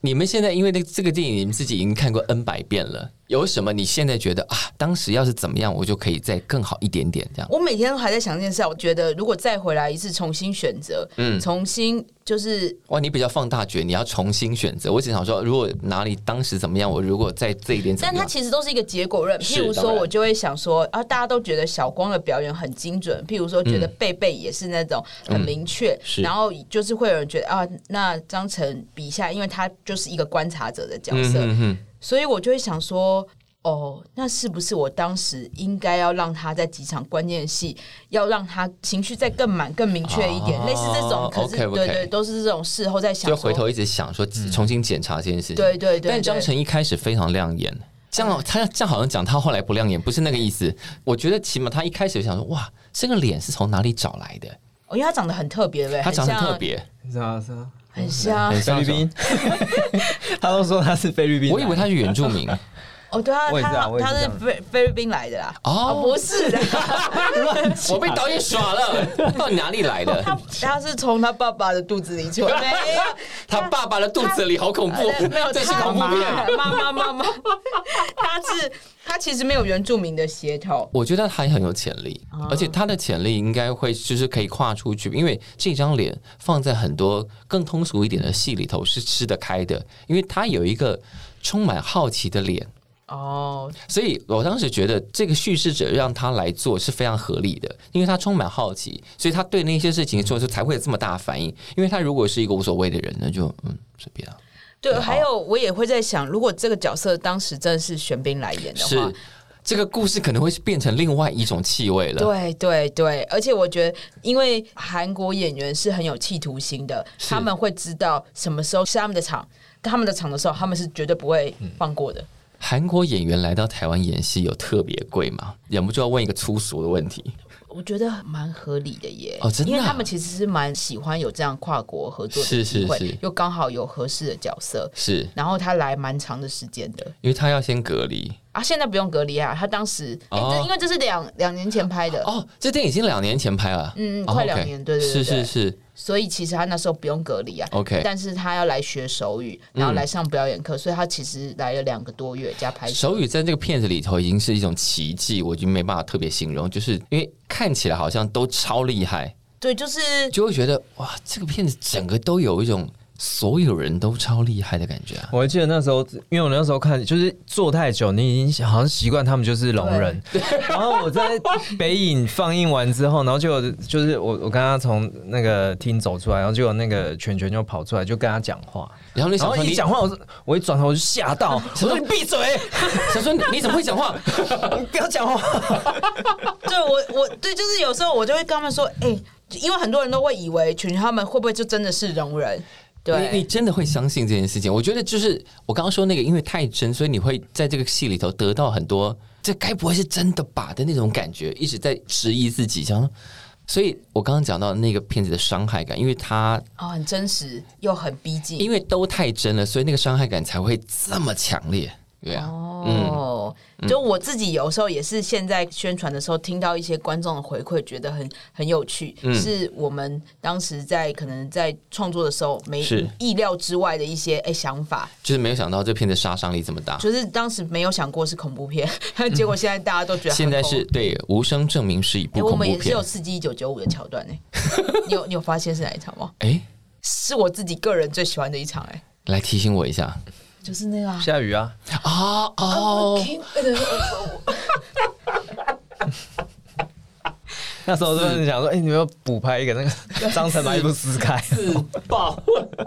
Speaker 2: 你们现在因为那这个电影你们自己已经看过 N 百遍了，有什么你现在觉得啊，当时要是怎么样，我就可以再更好一点点这样？
Speaker 3: 我每天都还在想这件事啊，我觉得如果再回来一次，重新选择，嗯，重新就是
Speaker 2: 哇，你比较放大决，你要重新选择。我只想说，如果哪里当时怎么样，我如果在这一点怎
Speaker 3: 但
Speaker 2: 么
Speaker 3: 它
Speaker 2: 样，
Speaker 3: 其实都是一个结果论。
Speaker 2: 是
Speaker 3: 譬如
Speaker 2: 当
Speaker 3: 说，
Speaker 2: 然
Speaker 3: 我就会想说啊，大家都觉得小光的表演很精准。譬如说，觉得贝贝也是那种很明确，
Speaker 2: 嗯是
Speaker 3: 然后就是会有人觉得啊，那张晨笔下，因为他就是一个观察者的角色，
Speaker 2: 嗯哼，
Speaker 3: 所以我就会想说。哦，那是不是我当时应该要让他在几场关键戏，要让他情绪再更满、更明确一点，
Speaker 2: 哦
Speaker 3: 类似这种？可是
Speaker 2: OK，OK
Speaker 3: 对对，都是这种事后再想
Speaker 2: 就
Speaker 3: 说，嗯
Speaker 2: 回头一直想说重新检查这件事情。
Speaker 3: 对对对嗯
Speaker 2: 但张
Speaker 3: 对
Speaker 2: 晨一开始非常亮眼，这样他这样好像讲他后来不亮眼，不是那个意思。我觉得起码他一开始想说，哇，这个脸是从哪里找来的？
Speaker 3: 哦因为他长得很特别，对不对？
Speaker 2: 他长得
Speaker 3: 很像
Speaker 2: 特，别，嗯
Speaker 4: 你知道吗？
Speaker 3: 很像
Speaker 2: 很
Speaker 4: 菲
Speaker 2: 像
Speaker 4: 律宾，啊 他都说他是菲律宾来的，
Speaker 2: 我以为他是原住 民。
Speaker 3: 哦，对啊，
Speaker 4: 我也是啊
Speaker 3: 他
Speaker 4: 我也是
Speaker 3: 他
Speaker 4: 这
Speaker 3: 是
Speaker 4: 样
Speaker 3: 菲菲律宾来的啦，
Speaker 2: 哦
Speaker 3: 不是的，
Speaker 4: 乱讲
Speaker 2: 我被导演耍了， 到底哪里来的？
Speaker 3: 他他是从他爸爸的肚子 里出来，没有
Speaker 2: 他爸爸的肚子里好恐怖
Speaker 3: 呃没有，，
Speaker 2: 这是
Speaker 3: 他
Speaker 2: 恐怖片。
Speaker 3: 妈妈妈妈，他是他其实没有原住民的血统，
Speaker 2: 我觉得他也很有潜力，而且他的潜力应该会就是可以跨出去，因为这张脸放在很多更通俗一点的戏里头是吃得开的，因为他有一个充满好奇的脸，
Speaker 3: 哦，
Speaker 2: 所以我当时觉得这个叙事者让他来做是非常合理的，因为他充满好奇，所以他对那些事情做出才会有这么大的反应。因为他如果是一个无所谓的人，那就嗯随便啊，
Speaker 3: 对，
Speaker 2: 好
Speaker 3: 还有我也会在想，如果这个角色当时真的是玄彬来演的话
Speaker 2: 是，这个故事可能会变成另外一种气味了。
Speaker 3: 对对对，而且我觉得，因为韩国演员是很有企图心的，
Speaker 2: 是
Speaker 3: 他们会知道什么时候是他们的场，他们的场的时候，他们是绝对不会
Speaker 4: 嗯
Speaker 3: 放过的。
Speaker 2: 韩国演员来到台湾演戏有特别贵吗？忍不住要问一个粗俗的问题。
Speaker 3: 我觉得蛮合理的耶，
Speaker 2: 哦真的啊
Speaker 3: 因为他们其实是蛮喜欢有这样跨国合作
Speaker 2: 是
Speaker 3: 的
Speaker 2: 是
Speaker 3: 机会，
Speaker 2: 是
Speaker 3: 又刚好有合适的角色，
Speaker 2: 是
Speaker 3: 然后他来蛮长的时间的
Speaker 2: 因为他要先隔离
Speaker 3: 啊，现在不用隔离啊，他当时、哎
Speaker 2: 哦
Speaker 3: 这因为这是两两年前拍的，
Speaker 2: 哦，这电影已经两年前拍了，
Speaker 3: 嗯
Speaker 2: 哦
Speaker 3: 快
Speaker 2: OK
Speaker 3: 两年对对对
Speaker 2: 是
Speaker 3: 对
Speaker 2: 是是
Speaker 3: 所以其实他那时候不用隔离啊。
Speaker 2: 哦，OK。嗯
Speaker 3: 但是他要来学手语，然后来上表演课，所以他其实来了两个多月加拍摄。
Speaker 2: 手语在这个片子里头已经是一种奇迹，我已经没办法特别形容，就是因为看起来好像都超厉害，
Speaker 3: 对，就是
Speaker 2: 就会觉得哇，这个片子整个都有一种所有人都超厉害的感觉啊。
Speaker 4: 我还记得那时候，因为我那时候看就是坐太久，你已经好像习惯他们就是聋人。然后我在北影放映完之后，然后就就是我我刚刚从那个厅走出来，然后结果那个犬犬就跑出来就跟他讲话，
Speaker 2: 然后你
Speaker 4: 然
Speaker 2: 想
Speaker 4: 后
Speaker 2: 说
Speaker 4: 一
Speaker 2: 你
Speaker 4: 讲话我就我一转头我就吓到，我说你闭嘴，
Speaker 2: 想说你你怎么会讲话？
Speaker 4: 你 不要讲话。
Speaker 2: 啊
Speaker 3: 对我我对，就是有时候我就会跟他们说，哎、因为很多人都会以为群群他们会不会就真的是聋人？对，
Speaker 2: 你你真的会相信这件事情？我觉得就是我刚刚说那个，因为太真，所以你会在这个戏里头得到很多，这该不会是真的吧的那种感觉，一直在质疑自己，想说。所以我刚刚讲到那个片子的伤害感，因为它
Speaker 3: 哦，很真实又很逼近。
Speaker 2: 因为都太真了，所以那个伤害感才会这么强烈，对啊。
Speaker 3: 哦，
Speaker 2: 嗯
Speaker 3: 就我自己有时候也是现在宣传的时候听到一些观众的回馈，觉得很很有趣，
Speaker 2: 嗯
Speaker 3: 是我们当时在可能在创作的时候没
Speaker 2: 是
Speaker 3: 意料之外的一些哎、想法，
Speaker 2: 就是没有想到这片的杀伤力这么大。
Speaker 3: 就是当时没有想过是恐怖片， 结果现在大家都觉得很
Speaker 2: 现在
Speaker 3: 恐
Speaker 2: 是对无声证明是一部
Speaker 3: 哎、我
Speaker 2: 恐
Speaker 3: 们
Speaker 2: 怖
Speaker 3: 也是
Speaker 2: 片
Speaker 3: 有。刺激一九九五的桥段呢、你有你有发现是哪一场吗？
Speaker 2: 哎，
Speaker 3: 是我自己个人最喜欢的一场哎、
Speaker 2: 来提醒我一下
Speaker 3: 就是那个啊。
Speaker 4: 下雨啊，
Speaker 2: 啊哦，
Speaker 4: 那时候就是想说，哎、你们要补拍一个那个张晨把衣服撕开，
Speaker 2: 爆！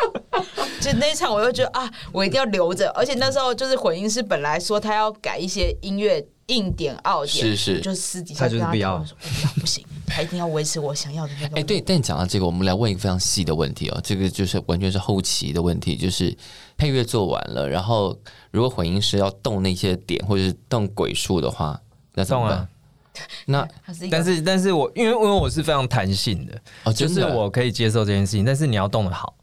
Speaker 3: 就那一场，我就觉得啊，我一定要留着。而且那时候就是混音师本来说他要改一些音乐硬点、奥点，
Speaker 2: 是是
Speaker 3: 就是私底下
Speaker 4: 他就是
Speaker 3: 跟他
Speaker 4: 不要
Speaker 3: 讨论说不要不行，他一定要维持我想要的那个。
Speaker 2: 哎、对，但讲到这个，我们来问一个非常细的问题哦，这个就是完全是后期的问题，就是配乐做完了，然后如果混音师要动那些点或者是动鬼数的话，那怎么
Speaker 4: 动
Speaker 2: 办？
Speaker 4: 啊
Speaker 2: 那
Speaker 3: 他是一个，
Speaker 4: 但是但是我因为因为我是非常弹性的，啊
Speaker 2: 哦，
Speaker 4: 就
Speaker 2: 真
Speaker 4: 是
Speaker 2: 的
Speaker 4: 我可以接受这件事情，但是你要动得好。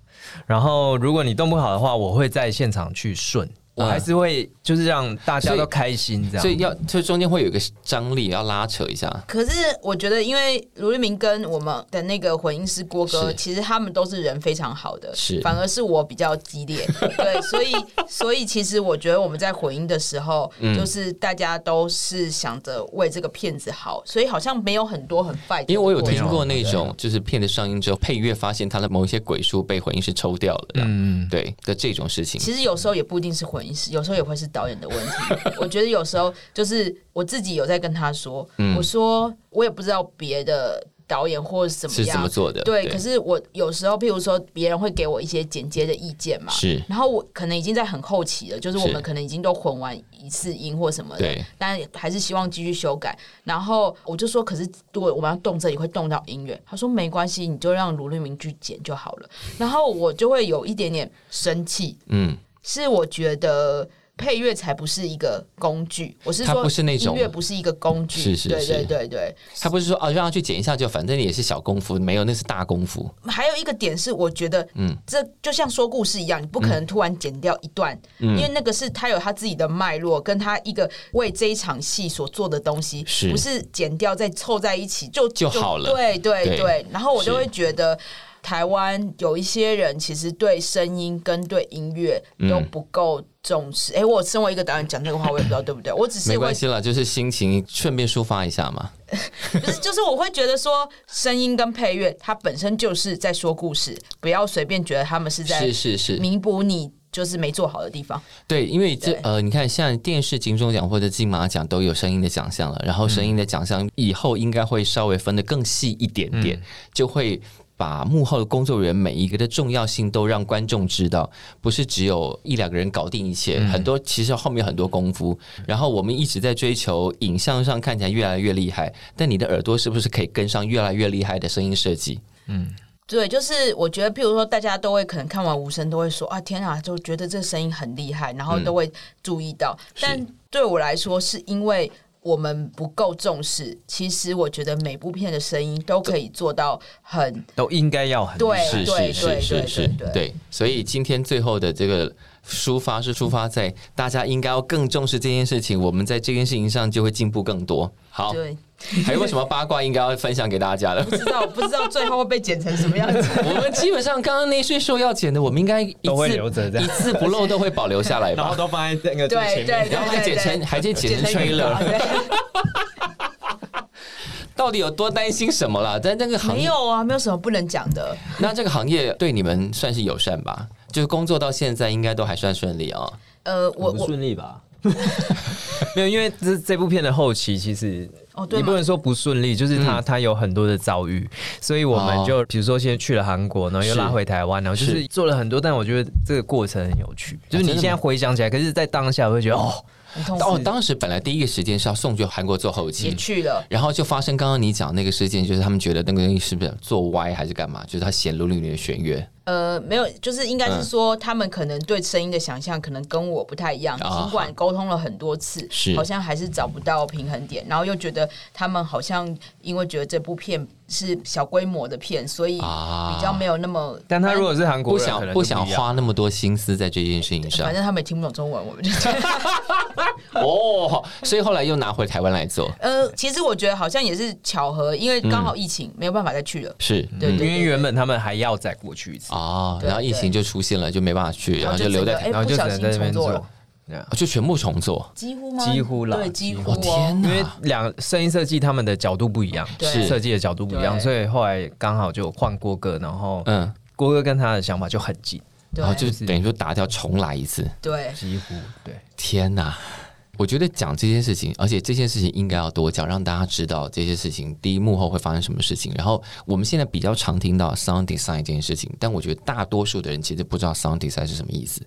Speaker 4: 然后如果你动不好的话，我会在现场去顺，我还是会就是让大家都开心这样。
Speaker 2: 所以要就中间会有一个张力，要拉扯一下。
Speaker 3: 可是我觉得，因为卢立明跟我们的那个混音师郭哥，
Speaker 2: 是
Speaker 3: 其实他们都是人非常好的，
Speaker 2: 是
Speaker 3: 反而是我比较激 烈，对，所以所以其实我觉得我们在混音的时候，
Speaker 2: 嗯
Speaker 3: 就是大家都是想着为这个片子好，所以好像没有很多很 fight，的
Speaker 2: 因为我有
Speaker 3: 过
Speaker 2: 听
Speaker 3: 程
Speaker 2: 过那种，就是片子上映之后，配乐发现它的某一些鬼数被混音师抽掉了，嗯，
Speaker 4: 嗯，
Speaker 2: 对的这种事情。
Speaker 3: 其实有时候也不一定是混音师，有时候也会是导演的 问题。我觉得有时候就是我自己有在跟他说，
Speaker 2: 嗯
Speaker 3: 我说我也不知道别的导演或者是怎么
Speaker 2: 是
Speaker 3: 样
Speaker 2: 怎么做的？
Speaker 3: 对，可是我有时候，譬如说，别人会给我一些剪接的意见嘛，
Speaker 2: 是
Speaker 3: 然后我可能已经在很后期了，就是我
Speaker 2: 是
Speaker 3: 们可能已经都混完一次音或什么的
Speaker 2: 对，
Speaker 3: 但还是希望继续修改。然后我就说，可是如果我们要动这里，会动到音乐。他说没关系，你就让卢立明去剪就好了。然后我就会有一点点生气，
Speaker 2: 嗯，
Speaker 3: 是我觉得。配乐才不是一个工具，我是
Speaker 2: 它
Speaker 3: 说，
Speaker 2: 不是那种
Speaker 3: 音乐不是一个工具，
Speaker 2: 是是
Speaker 3: 对
Speaker 2: 是
Speaker 3: 对对对。
Speaker 2: 他不是说哦，让他去剪一下就，反正也是小功夫，没有那是大功夫。
Speaker 3: 还有一个点是，我觉得，嗯，这就像说故事一样，你不可能突然剪掉一段，
Speaker 2: 嗯
Speaker 3: 因为那个是他有他自己的脉络，跟他一个为这一场戏所做的东西，
Speaker 2: 是
Speaker 3: 不是剪掉再凑在一起就
Speaker 2: 就好了
Speaker 3: 对对
Speaker 2: 对
Speaker 3: 对然后我就是会觉得。台湾有一些人其实对声音跟对音乐都
Speaker 2: 嗯
Speaker 3: 不够重视。哎、我身为一个导演讲这个话，我也不知道对不对，我只
Speaker 2: 没
Speaker 3: 是会
Speaker 2: 关系啦，就是心情顺便抒发一下嘛。
Speaker 3: 不 是，就是我会觉得说，声音跟配乐它本身就是在说故事，不要随便觉得他们是在
Speaker 2: 是是是，
Speaker 3: 弥补你就是没做好的地方。
Speaker 2: 对，因为这
Speaker 3: 对
Speaker 2: 呃，你看像电视金钟奖或者金马奖都有声音的奖项了，然后声音的奖项以后应该会稍微分得更细一点
Speaker 3: 嗯
Speaker 2: 点，就会。把幕后的工作人员每一个的重要性都让观众知道，不是只有一两个人搞定一切，
Speaker 3: 嗯
Speaker 2: 很多其实后面有很多功夫。然后我们一直在追求影像上看起来越来越厉害，但你的耳朵是不是可以跟上越来越厉害的声音设计？
Speaker 3: 对，就是我觉得，譬如说，大家都会可能看完无声都会说啊，天啊，就觉得这声音很厉害，然
Speaker 2: 嗯
Speaker 3: 后都会注意到。但对我来说，是因为我们不够重视。其实我觉得每部片的声音都可以做到很
Speaker 4: 都应该要很
Speaker 3: 对
Speaker 2: 是
Speaker 3: 哎对
Speaker 2: 是是
Speaker 3: 对
Speaker 2: 是
Speaker 3: 对
Speaker 2: 是
Speaker 3: 对，
Speaker 2: 对，所以今天最后的这个抒发是抒发在大家应该要更重视这件事情，我们在这件事情上就会进步更多。好，
Speaker 3: 对，
Speaker 2: 还有没有什么八卦应该要分享给大 家的？
Speaker 3: 不知道不知道最后会被剪成什么样子。
Speaker 2: 我们基本上刚刚那些说要剪的，我们应该一字
Speaker 4: 都会留着这 样
Speaker 2: 一字不漏都会保留下来
Speaker 4: 然后
Speaker 2: 吧。
Speaker 4: 都放在那个最
Speaker 3: 对
Speaker 4: 前面
Speaker 3: 对，
Speaker 2: 然后还
Speaker 3: 对
Speaker 2: 剪成
Speaker 3: 对
Speaker 2: 还是剪成
Speaker 3: 剪成
Speaker 2: trailer
Speaker 3: 预告对
Speaker 2: 到底有多担心什么啦？但这个行
Speaker 3: 没
Speaker 2: 业，
Speaker 3: 有啊，没有什么不能讲的。
Speaker 2: 那这个行业对你们算是友善吧？就是工作到现在应该都还算顺利啊、哦。
Speaker 3: 呃，我
Speaker 4: 不
Speaker 3: 我
Speaker 4: 顺利吧？ 没有，因为这这部片的后期其实。
Speaker 3: 哦对
Speaker 4: 你
Speaker 3: 嘛
Speaker 4: 不能说不顺利，就是他、他有很多的遭遇，所以我
Speaker 2: 嗯哦
Speaker 4: 们就比如说先去了韩国，然后又
Speaker 2: 是
Speaker 4: 拉回台湾，然后就是
Speaker 2: 是
Speaker 4: 做了很多，但我觉得这个过程很有趣，就是你
Speaker 2: 啊真的吗
Speaker 4: 现在回想起来，可是，在当下我会觉得哦，
Speaker 3: 很痛
Speaker 2: 哦，
Speaker 3: 苦，
Speaker 2: 当时本来第一个时间是要送去韩国做后期
Speaker 3: 也，去了。
Speaker 2: 然后就发生刚刚你讲那个事件，就是他们觉得那个东西是不是做歪还是干嘛？就是他嫌卢丽玲的弦乐，
Speaker 3: 呃，没有，就是应该
Speaker 2: 嗯
Speaker 3: 是说，他们可能对声音的想象可能跟我不太一样，
Speaker 2: 啊
Speaker 3: 尽管沟通了很多次，
Speaker 2: 是
Speaker 3: 好像还是找不到平衡点，然后又觉得他们好像因为觉得这部片是小规模的片，所以
Speaker 2: 啊
Speaker 3: 比较没有那么。
Speaker 4: 但他如果是韩国
Speaker 2: 不
Speaker 4: 人，可
Speaker 2: 想
Speaker 4: 能就
Speaker 2: 不
Speaker 4: 不
Speaker 2: 想
Speaker 4: 一样，
Speaker 2: 花那么多心思在这件事情上
Speaker 3: 反。正他们也听不懂中文，我们就觉得
Speaker 2: 哦，所以后来又拿回台湾来做，
Speaker 3: 呃，其实我觉得好像也是巧合，因为刚好
Speaker 2: 嗯
Speaker 3: 疫情、没有办法再去了，
Speaker 2: 是
Speaker 3: 对
Speaker 2: 嗯
Speaker 3: 对
Speaker 4: 因为原本他们还要再过去一
Speaker 3: 哎
Speaker 4: 次，
Speaker 2: 哦，
Speaker 3: 对
Speaker 2: 然后疫情就出现了，就没办法去，然后就留在
Speaker 3: 整个哎、
Speaker 2: 台
Speaker 4: 然后
Speaker 3: 不
Speaker 4: 就只
Speaker 3: 小
Speaker 4: 能
Speaker 3: 心
Speaker 4: 在那
Speaker 3: 重
Speaker 4: 边
Speaker 3: 做
Speaker 4: 做
Speaker 3: 了，。
Speaker 4: 对啊
Speaker 2: 就全部重做。
Speaker 3: 几乎吗？
Speaker 4: 几乎啦
Speaker 3: 对，几乎、
Speaker 2: 我
Speaker 3: 哦。
Speaker 2: 天
Speaker 4: 因为
Speaker 2: 哪！
Speaker 4: 两声音设计他们的角度不一样，
Speaker 3: 对是
Speaker 4: 设计的角度不一样，
Speaker 3: 对
Speaker 4: 所以后来刚好就换郭哥，然后
Speaker 2: 嗯，
Speaker 4: 郭哥跟他的想法就很近，
Speaker 3: 对
Speaker 2: 然后就等于说打掉重来一次。
Speaker 3: 对，
Speaker 4: 几乎对。
Speaker 2: 天哪！我觉得讲这些事情，而且这些事情应该要多讲，让大家知道这些事情。第一，幕后会发生什么事情。然后我们现在比较常听到 sound design 这件事情，但我觉得大多数的人其实不知道 sound design 是什么意思。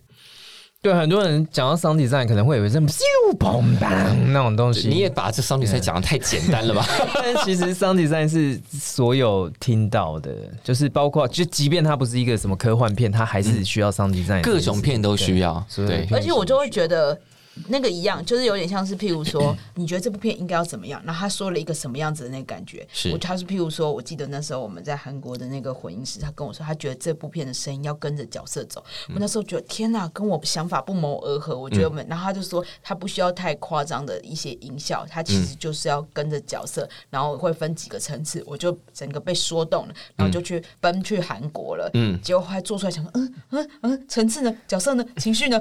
Speaker 4: 对，很多人讲到 sound design 可能会以为这么咻嘣嘣那种东西，
Speaker 2: 你也把这 sound design 讲的太简 单了吧？
Speaker 4: 但其实 sound design 是所有听到的，就是包括就即便它不是一个什么科幻片，它还是需要 sound design
Speaker 2: 各种片都需要，
Speaker 4: 所以
Speaker 2: 对
Speaker 4: 对
Speaker 3: 而且我就会觉得，那个一样，就是有点像是，譬如说，你觉得这部片应该要怎么样？然后他说了一个什么样子的那个感觉？
Speaker 2: 是
Speaker 3: 我他是譬如说，我记得那时候我们在韩国的那个混音师，他跟我说，他觉得这部片的声音要跟着角色走。
Speaker 2: 嗯
Speaker 3: 我那时候觉得天哪，跟我想法不谋而合。我觉得我们，然后他就说，他不需要太夸张的一些音效，他其
Speaker 2: 嗯
Speaker 3: 实就是要跟着角色，然后会分几个层次。我就整个被说动了，然后就去奔去韩国了。
Speaker 2: 嗯
Speaker 3: 嗯，结果后来做出来想说，嗯嗯嗯，层次呢，角色呢，情绪呢，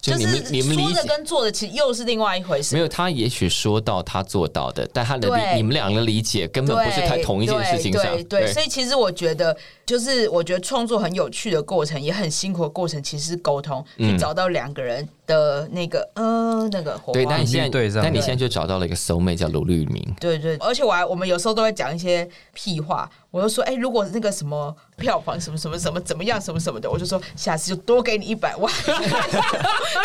Speaker 2: 就你们
Speaker 3: 是
Speaker 2: 你们
Speaker 3: 说
Speaker 2: 理
Speaker 3: 的
Speaker 2: 解
Speaker 3: 跟做的其实又是另外一回事
Speaker 2: 没。有，他也许说到他做到的，但他的
Speaker 3: 对
Speaker 2: 理你们两个理解根本
Speaker 3: 对，
Speaker 2: 不是在同一件事情上。
Speaker 3: 对对所以其实我觉得，就是我觉得创作很有趣的过程，也很辛苦的过程，其实是沟通，
Speaker 2: 嗯
Speaker 3: 去找到两个人的那个呃那个火
Speaker 2: 对，
Speaker 3: 花
Speaker 2: 但。你现
Speaker 4: 面对
Speaker 2: 在
Speaker 4: 这样
Speaker 2: 但你现在就找到了一个 soul mate 叫卢律明，
Speaker 3: 对对，而且我还我们有时候都会讲一些屁话，我就说，哎、如果那个什么票房什么什么什么怎么样什么什么的，我就说下次就多给你一百 万，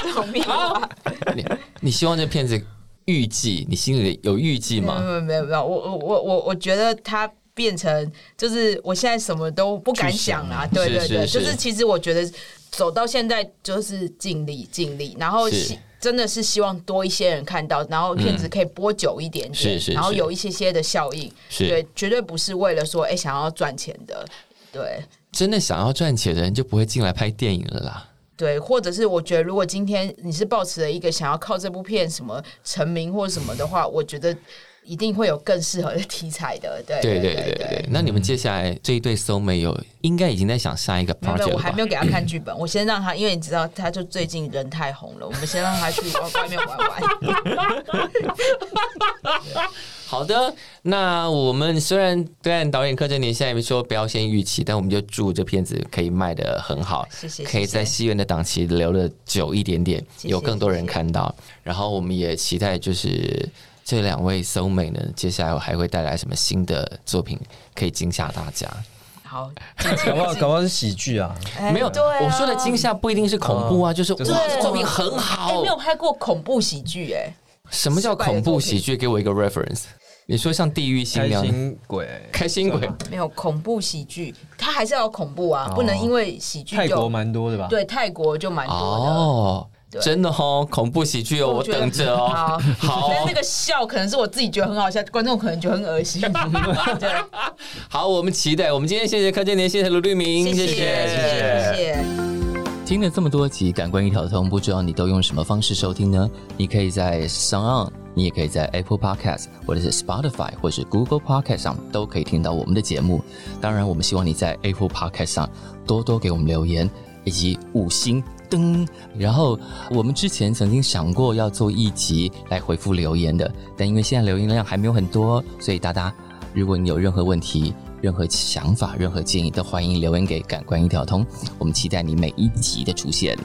Speaker 3: 这种屁话。
Speaker 2: 你你希望这片子预计你心里有预计
Speaker 3: 没
Speaker 2: 吗？
Speaker 3: 有没有没有，我我我我我觉得他变成就是我现在什么都不敢想啦、对对对，
Speaker 2: 是是
Speaker 3: 就是
Speaker 2: 是
Speaker 3: 其实我觉得走到现在就是尽力尽力，然后
Speaker 2: 是
Speaker 3: 希真的是希望多一些人看到，然后片子可以播久一点点，
Speaker 2: 是是
Speaker 3: 然后
Speaker 2: 是
Speaker 3: 有一些些的效应，
Speaker 2: 是
Speaker 3: 对，绝对不是为了说哎、想要赚钱的，对。
Speaker 2: 真的想要赚钱的人就不会进来拍电影了啦。
Speaker 3: 对，或者是我觉得，如果今天你是抱持了一个想要靠这部片什么成名或什么的话，我觉得一定会有更适合的题材的。对
Speaker 2: 对对
Speaker 3: 对
Speaker 2: 对对。那你们接下来这一对 soul mate 有应该已经在想下一个
Speaker 3: 没有没有，
Speaker 2: project 了
Speaker 3: 我还
Speaker 2: 吧
Speaker 3: 没？有给他看剧本，我先让他，因为你知道，他就最近人太红了，我们先让他去外外面玩玩。
Speaker 2: 好的，那我们虽然虽然导演柯震年现在说不要先预期，但我们就祝这片子可以卖的很好，
Speaker 3: 谢谢
Speaker 2: 可以在戏院的档期留的久一点点，
Speaker 3: 谢谢
Speaker 2: 有更多人看到。然后我们也期待就是这两位 soul mate 呢，接下来还会带来什么新的作品可以惊吓大家？
Speaker 3: 好，
Speaker 4: 搞不好搞不好是喜剧 啊，
Speaker 3: 哎
Speaker 2: 没有，
Speaker 3: 对啊嗯
Speaker 2: 我说的惊吓不一定是恐怖啊，就是哇，
Speaker 4: 就是
Speaker 2: 这作品很
Speaker 3: 哎、
Speaker 2: 好
Speaker 3: 没。有拍过恐怖喜剧哎、
Speaker 2: 什么叫恐怖喜剧？给我一个 reference。你说像《地狱新
Speaker 4: 开
Speaker 2: 娘》
Speaker 4: 心鬼。
Speaker 2: 开心 鬼，
Speaker 3: 没有恐怖喜剧，它还是要有恐怖啊，
Speaker 4: 哦
Speaker 3: 不能因为喜剧
Speaker 4: 泰
Speaker 3: 就
Speaker 4: 国蛮多的吧？，
Speaker 3: 对泰国就蛮多的。
Speaker 2: 哦，
Speaker 3: 对
Speaker 2: 真的哦，恐怖喜剧哦，我
Speaker 3: 觉得
Speaker 2: 等着哦。 好
Speaker 3: 但是
Speaker 2: 哦
Speaker 3: 那，个笑可能是我自己觉得很好笑，观众可能觉得很恶心。对，
Speaker 2: 好，我们期待。我们今天谢谢柯建年，谢谢卢律明，
Speaker 3: 谢谢谢谢。
Speaker 2: 听了这么多集《感官一条通》，不知道你都用什么方式收听呢？你可以在 s o n 你也可以在 Apple Podcast 或者是 Spotify 或者是 Google Podcast 上都可以听到我们的节目。当然，我们希望你在 Apple Podcast 上多多给我们留言以及五星。噔，然后我们之前曾经想过要做一集来回复留言的，但因为现在留言量还没有很多，所以大家如果你有任何问题、任何想法、任何建议，都欢迎留言给感官一条通。我们期待你每一集的出现。